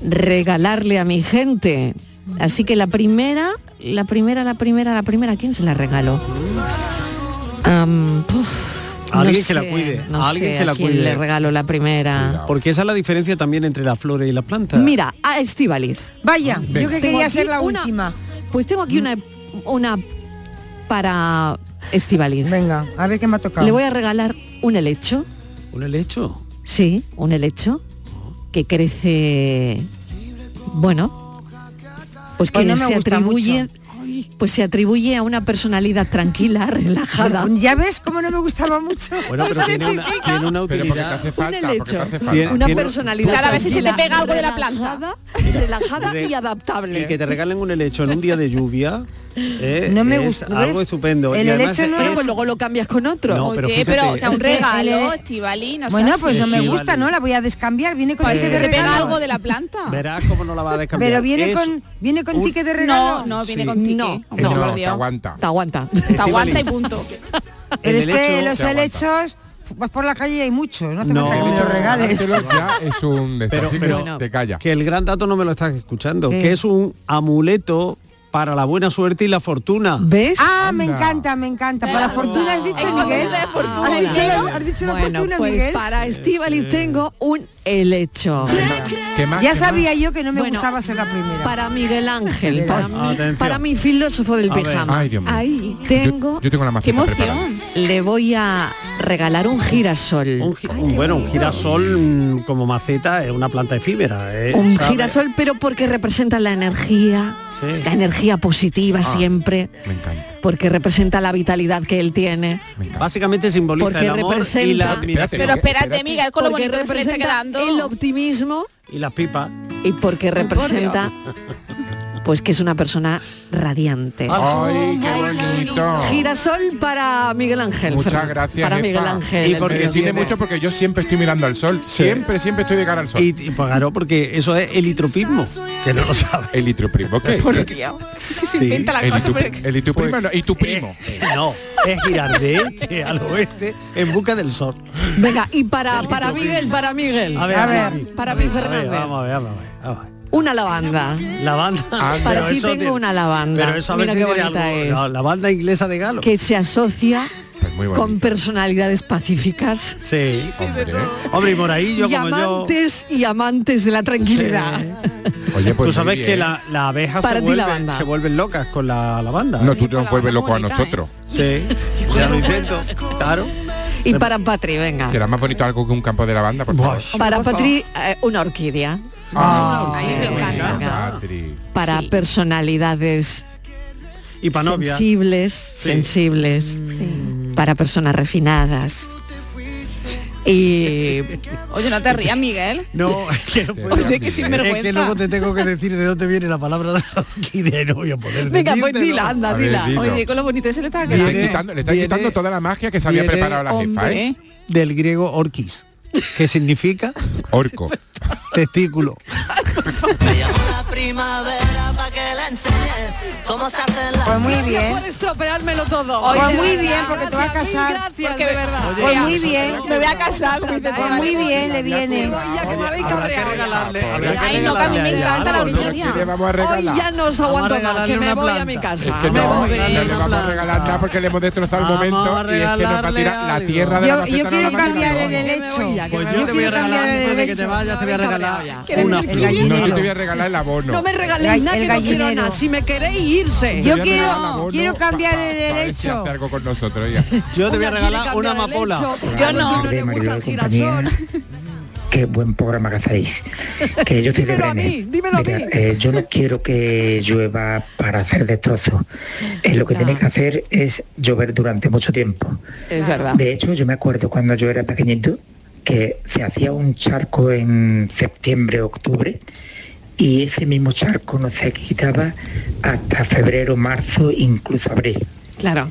S7: regalarle a mi gente. Así que la primera, la primera, la primera, la primera, ¿a quién se la regalo? Am, puf, no
S11: Alguien que la
S7: sé,
S11: cuide,
S7: no
S11: alguien
S7: sé
S11: que
S7: a
S11: la
S7: quién
S11: cuide.
S7: le regalo la primera.
S11: Porque esa es la diferencia también entre las flores y las plantas.
S7: Mira, a Estivaliz.
S13: Vaya,
S11: Venga.
S13: yo que
S7: Ah, Tengo
S13: quería
S7: aquí
S13: hacer la
S7: una-
S13: última.
S7: Pues tengo aquí una, una para Estivaliz.
S13: Venga, a ver qué me ha tocado.
S7: Le voy a regalar un helecho,
S11: ¿Un helecho?
S7: sí, un helecho que crece, bueno, pues que
S13: Pues no me
S7: se
S13: gusta
S7: atribuye, pues se atribuye a una personalidad tranquila, <laughs> relajada.
S13: Pues
S7: Pues
S13: Ya ves cómo no me gustaba mucho.
S11: Bueno, pero tiene una, tiene una utilidad. Tiene-
S7: una
S11: tiene-
S7: personalidad.
S13: Claro, a ver si se te
S7: tranquila,
S13: pega algo de la
S7: relajada, Relajada y
S11: Y que
S7: adaptable.
S11: te regalen un helecho en un día de lluvia. eh,
S7: No me
S11: es
S7: gusta, ¿ves?
S11: Algo estupendo. Y además
S7: Bueno,
S11: es-
S7: pues luego lo cambias con otro.
S11: No, pero
S13: Oye,
S11: fíjate,
S13: pero
S11: es
S13: da un
S11: que-
S13: regalo, Estivali, no
S11: no
S13: Bueno,
S11: seas
S13: pues no me
S11: Estivali.
S13: gusta, ¿no? La voy a descambiar. Viene con
S11: Pues
S13: ticket
S11: si
S13: de
S11: te pega
S13: regalo.
S11: algo de
S13: la planta.
S11: Verás cómo no la va a descambiar.
S13: Pero viene
S11: Es-
S13: con viene con
S11: un-
S13: ticket de regalo.
S11: no, viene Sí. con ticket.
S7: No,
S11: Hombre,
S7: no,
S11: por
S7: te
S11: Dios.
S7: aguanta. Te aguanta.
S13: Te aguanta y punto.
S11: El
S13: Pero es que
S11: helecho-
S13: los
S11: Te aguanta.
S13: helechos vas por la calle y hay muchos, no hace
S11: No.
S13: falta que me los regales.
S11: es un pero,
S13: así que
S11: pero
S13: te
S11: que el gran dato no me lo estás escuchando,
S13: ¿Qué?
S11: que es un amuleto para la buena suerte y la fortuna.
S7: ¿Ves?
S13: Ah, me encanta, me encanta. Para la fortuna has dicho, Miguel. Has dicho, la- has dicho la
S7: Bueno,
S13: fortuna,
S7: pues
S13: Miguel.
S7: para Estivali tengo un helecho.
S13: Ya sabía yo que no me
S7: Bueno,
S13: gustaba ser la primera.
S7: Para Miguel Ángel,
S13: Verás.
S7: para mí,
S10: Atención.
S7: para mi filósofo del
S10: A ver.
S7: pijama.
S10: Ay, Dios mío.
S7: Ahí tengo.
S10: Yo tengo la maceta preparada.
S7: Le voy a regalar un girasol. Un,
S11: Un- Bueno, un girasol mm, como maceta es una planta efímera. eh, ¿sabes?
S7: girasol, pero porque representa la energía,
S11: Sí.
S7: la energía positiva
S11: Ah.
S7: siempre,
S11: Me encanta.
S7: porque representa la vitalidad que él tiene.
S11: Básicamente simboliza
S7: Porque
S11: el amor y la
S7: representa-
S11: admiración.
S13: Miguel, con lo
S7: Porque
S13: bonito que se le está
S7: representa El optimismo
S11: Y las pipas.
S7: y porque representa pues que es una persona radiante.
S10: Ay, qué bonito.
S7: Girasol para Miguel Ángel.
S10: Muchas
S7: Fernando.
S10: gracias.
S7: Para
S10: jefa.
S7: Miguel Ángel.
S10: Y porque
S7: el
S10: tiene
S7: mío.
S10: mucho porque yo siempre estoy mirando al sol. Siempre, siempre estoy de cara al sol.
S11: Y, y pues claro, porque eso es elitropismo, que no lo sabe.
S10: Elitropismo, ¿qué?
S11: Por
S10: Sí. El y tu- el y tu primo, no, y tu primo.
S11: <laughs> no, es girar de este al oeste en busca del sol.
S7: Venga, y para, para Miguel, para Miguel.
S11: A ver, a ver,
S7: Para
S11: a ver,
S7: mí,
S11: a ver,
S7: Fernández.
S11: Vamos a ver, vamos a ver. vamos a ver.
S7: Una lavanda.
S11: Lavanda.
S7: Para
S11: Ah, pero
S7: ti
S11: eso
S7: tengo
S11: tiene-
S7: una lavanda.
S11: Pero eso a
S7: Mira
S11: veces
S7: qué
S11: tiene
S7: bonita
S11: algo-
S7: es.
S11: no, lavanda inglesa de galo.
S7: Que se asocia
S10: Pues
S11: muy bonito.
S7: con personalidades pacíficas.
S11: Sí. Hombre. Hombre, y por ahí yo
S7: y
S11: como yo...
S7: amantes y amantes de la tranquilidad.
S10: Oye, pues
S11: Tú sabes
S10: muy
S11: que
S10: bien.
S11: la- las abejas
S7: Para
S11: se
S7: ti,
S11: vuelven,
S7: lavanda.
S11: se vuelven locas con la lavanda. ¿eh?
S10: No, tú nos vuelves loco a nosotros.
S11: Sí, ya lo intento. Claro.
S7: Y para Patri, venga.
S10: Será más bonito algo que un campo de lavanda, por favor.
S7: Para Patri, eh, una orquídea.
S11: Ah.
S10: Patri.
S7: Para personalidades
S11: Y para novia.
S13: Mm.
S7: sensibles, sensibles. Para personas refinadas. Y
S34: Oye, no te rías, Miguel.
S10: <laughs>
S11: No, es que no puedo.
S34: Oye, qué sinvergüenza.
S11: Es que luego te tengo que decir de dónde viene la palabra y de no voy a poder
S7: Venga, pues
S11: decírtelo.
S7: dila, anda, dila.
S34: Oye, con lo bonito ese le estaba
S10: Le
S34: quedando.
S10: estáis quitando, le estáis
S11: viene-
S10: quitando toda la magia que se había
S11: viene-
S10: preparado la jefa, ¿eh?
S11: Del griego orquis, que significa
S10: orco,
S11: <laughs> testículo.
S26: primavera para que la enseñe cómo se hacen las
S13: Pues muy
S7: Gracias
S13: bien.
S7: por estropeármelo todo.
S13: Pues
S7: de
S13: muy
S7: verdad.
S13: bien, porque te vas a
S7: Gracias,
S13: casar.
S7: mil Gracias,
S13: Porque-
S7: de verdad.
S13: Oye, Pues muy eso bien.
S34: Me voy a casar. me dice,
S13: Pues muy bien, le viene.
S7: Ya que me habéis cabreado.
S34: Ay, no, que a mí me encanta la viñería.
S10: Le vamos a
S7: Hoy
S10: regalar.
S7: ya no os aguanto más, que me voy a mi
S10: Es
S7: casa.
S10: que no, no le vamos a regalar nada porque le hemos destrozado el momento y es que nos va a tirar la tierra de la
S13: Yo,
S10: maceta.
S13: yo
S10: no
S13: quiero
S10: la va a tirar.
S13: cambiar el helecho.
S11: Pues yo te voy a regalar, antes de que te vayas, te voy a regalar una
S10: No,
S11: flor.
S10: yo te voy a regalar el abono.
S7: No me regaléis
S13: El
S7: nada, que no quiero
S13: gallinero.
S7: nada. Si me queréis irse.
S10: Yo Yo quiero- regalo la bono quiero
S13: cambiar
S10: A ver si este hace algo con nosotros.
S7: <laughs>
S10: ya.
S11: Yo te voy a regalar
S7: cambiar
S11: una
S7: el
S11: amapola.
S7: hecho. Yo no.
S31: Hombre, Marilo de compañía, qué buen programa que hacéis. Que yo estoy de
S7: Dímelo a
S31: Brenes.
S7: mí, dímelo a
S31: Mira,
S7: mí.
S31: eh, yo no quiero que llueva para hacer destrozos. Eh, lo que tenéis que hacer es llover durante mucho tiempo.
S7: Es verdad.
S31: De hecho, yo me acuerdo cuando yo era pequeñito que se hacía un charco en septiembre, octubre, y ese mismo charco no se quitaba hasta febrero, marzo, incluso abril.
S7: Claro.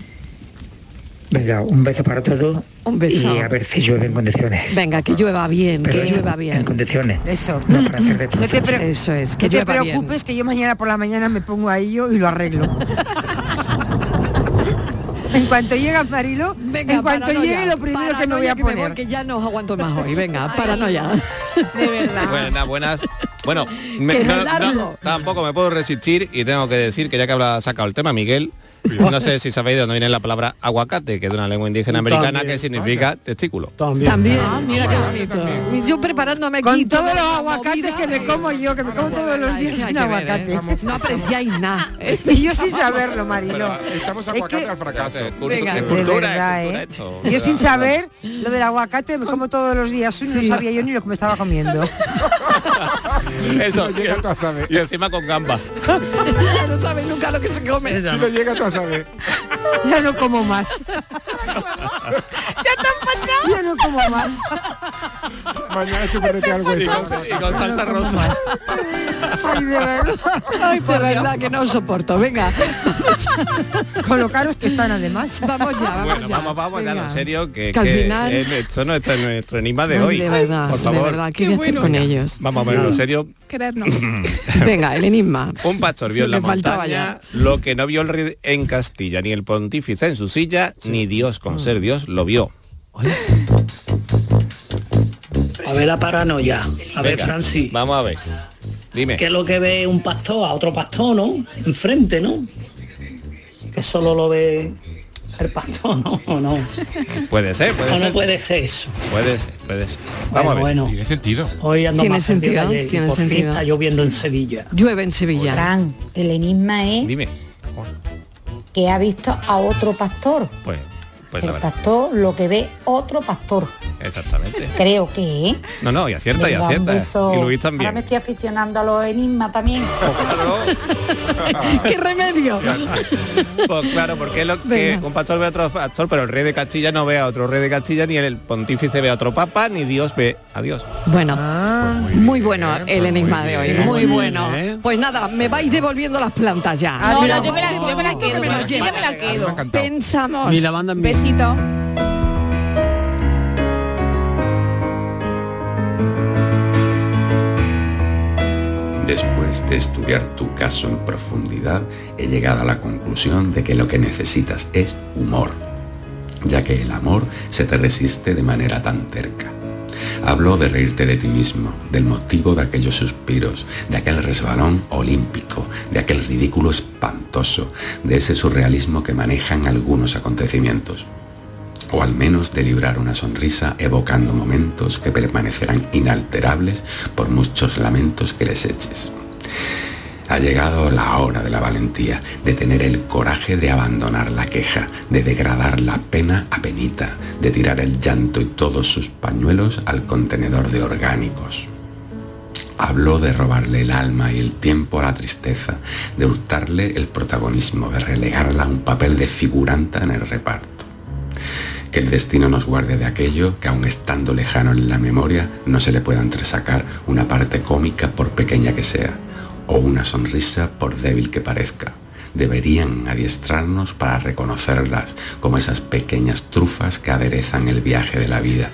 S31: Venga, un beso para todos
S7: Un beso.
S31: y a ver si llueve en condiciones.
S7: Venga, que llueva bien,
S31: Pero
S7: que
S31: yo-
S7: llueva
S31: En
S7: bien.
S31: condiciones.
S13: Eso.
S31: No para hacer
S13: <laughs>
S31: destrozos.
S13: No te, pre-
S7: Eso es, que
S13: no te
S7: llueva bien.
S13: preocupes que yo mañana por la mañana me pongo a ello y lo arreglo. en cuanto llega Marilo, en cuanto
S7: paranoia,
S13: llegue lo primero que me voy
S7: paranoia
S13: a
S7: que me
S13: poner.
S7: voy, que ya no os aguanto más hoy. Venga, paranoia.
S13: De verdad.
S35: Buenas, buenas.
S7: <laughs>
S35: Bueno, me-
S7: Que no
S35: no-
S7: es
S35: no,
S7: largo.
S35: tampoco me puedo resistir y tengo que decir que ya que habrá sacado el tema, Miguel, no sé si sabéis de dónde viene la palabra aguacate, que es de una lengua indígena americana
S11: También.
S35: que significa testículo.
S7: También, Ah, mira qué bonito. Yo preparándome aquí
S13: Con todos
S7: toda
S13: los
S7: la
S13: aguacates
S7: movida.
S13: que me como yo, que me como todos los días
S7: Hay que
S13: un
S7: ver, ¿eh?
S13: aguacate.
S7: No apreciáis nada. ¿eh?
S13: Y yo sin saberlo, Marilo.
S10: Pero Estamos aguacate al fracaso.
S13: Venga. De verdad, ¿eh? Yo sin saber lo del aguacate me como todos los días uno, no sabía yo ni lo que me estaba comiendo.
S35: Eso,
S10: Si no llega, tú a saber.
S35: y encima con gambas.
S7: no sabes nunca lo que se come.
S10: Si no llega, tú a saber.
S13: Ya no como más.
S10: <laughs>
S7: Ya te han fachado.
S13: Ya no como más.
S10: Mañana chuparete algo.
S35: Y con, y con salsa rosa.
S7: Ay, de verdad. Ay, de verdad que no os soporto. Venga.
S13: Con lo caros que están además.
S7: Vamos ya, vamos
S35: Bueno,
S7: ya.
S35: vamos, vamos, ya, en serio, que,
S7: Que al
S35: que
S7: final-
S35: es- esto no está en nuestro enigma de
S7: Ay,
S35: hoy.
S7: de verdad,
S35: Por
S7: de
S35: favor.
S7: verdad, ¿qué Qué voy a hacer bueno. con <laughs> ellos?
S35: Vamos a ponerlo en serio. <clears throat>
S34: Querernos.
S7: Venga, el enigma.
S35: Un pastor vio en
S7: Lo
S35: la
S7: que faltaba
S35: montaña lo que no vio el rey en Castilla, ni el pontífice en su silla, ni Dios con ser Dios lo vio.
S20: A ver la paranoia. A ver,
S35: Venga,
S20: Francis.
S35: Vamos a ver. Dime.
S20: ¿Qué es lo que ve un pastor a otro pastor, no? Enfrente, ¿no? Que solo lo ve el pastor, <laughs> ¿no? ¿O no?
S35: Puede ser, puede
S20: ¿O
S35: ser.
S20: no puede ser eso?
S35: Puede ser, puede ser. Vamos a ver.
S10: Tiene sentido.
S20: Hoy ando
S7: Tiene
S20: más perdido
S7: sentido,
S20: que ayer, y
S7: tiene
S20: por fin
S7: sentido.
S20: está lloviendo en Sevilla.
S7: Llueve en Sevilla.
S15: el enigma es
S35: Dime.
S15: que ha visto a otro pastor.
S35: Pues, pues la
S15: El
S35: verdad.
S15: pastor lo que ve otro
S35: <laughs>
S15: pastor.
S20: <laughs>
S35: Exactamente.
S15: Creo que, ¿eh?
S35: No, no, y acierta, y
S15: Venga, un
S35: acierta.
S15: beso.
S35: Y Luis
S15: Ahora me
S35: también.
S15: estoy aficionando a los enigmas también. <laughs>
S7: ¡Qué remedio!
S35: Pues claro, porque es lo que un pastor ve a otro pastor, pero el rey de Castilla no ve a otro rey de Castilla, ni el pontífice ve a otro papa, ni Dios ve a Dios.
S7: Bueno, muy, bueno el enigma de hoy,
S35: Ah, bien. Muy
S7: muy bueno. Pues nada, me vais devolviendo las plantas ya.
S34: No,
S7: Me
S34: no,
S7: las
S34: yo me la,
S7: vais
S34: yo me la quedo, me la- yo me la quedo.
S7: devolviendo. Pensamos.
S11: Ni la banda en mí.
S34: Besito.
S36: Después de estudiar tu caso en profundidad, he llegado a la conclusión de que lo que necesitas es humor, ya que el amor se te resiste de manera tan terca. Hablo de reírte de ti mismo, del motivo de aquellos suspiros, de aquel resbalón olímpico, de aquel ridículo espantoso, de ese surrealismo que manejan algunos acontecimientos. O al menos de librar una sonrisa evocando momentos que permanecerán inalterables por muchos lamentos que les eches. Ha llegado la hora de la valentía, de tener el coraje de abandonar la queja, de degradar la pena a penita, de tirar el llanto y todos sus pañuelos al contenedor de orgánicos. Habló de robarle el alma y el tiempo a la tristeza, de hurtarle el protagonismo, de relegarla a un papel de figuranta en el reparto. que el destino nos guarde de aquello que aun estando lejano en la memoria no se le pueda entresacar una parte cómica por pequeña que sea, o una sonrisa por débil que parezca. Deberían adiestrarnos para reconocerlas como esas pequeñas trufas que aderezan el viaje de la vida.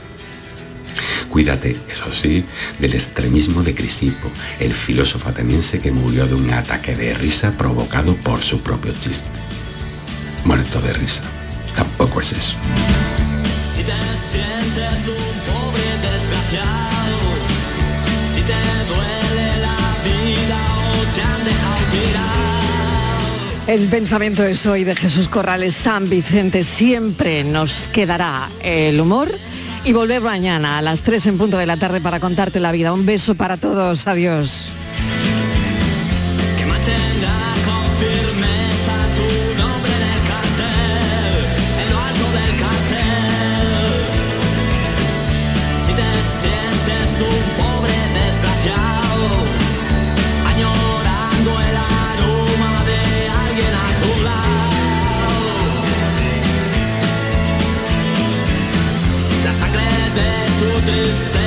S36: Cuídate, eso sí, del extremismo de Crisipo, el filósofo ateniense que murió de un ataque de risa provocado por su propio chiste. Muerto de risa. Tampoco es eso.
S37: Si te sientes un pobre desgraciado, si te duele la vida o te han dejado tirado.
S7: El pensamiento es hoy de Jesús Corrales San Vicente. Siempre nos quedará el humor y volver mañana a las 3 en punto de la tarde para contarte la vida. Un beso para todos. Adiós.
S37: Que mantendrá con firmeza tu nombre en el cartel, en lo alto del cartel. Si te sientes un pobre desgraciado, añorando el aroma de alguien a tu lado, la sangre de tu tristeza.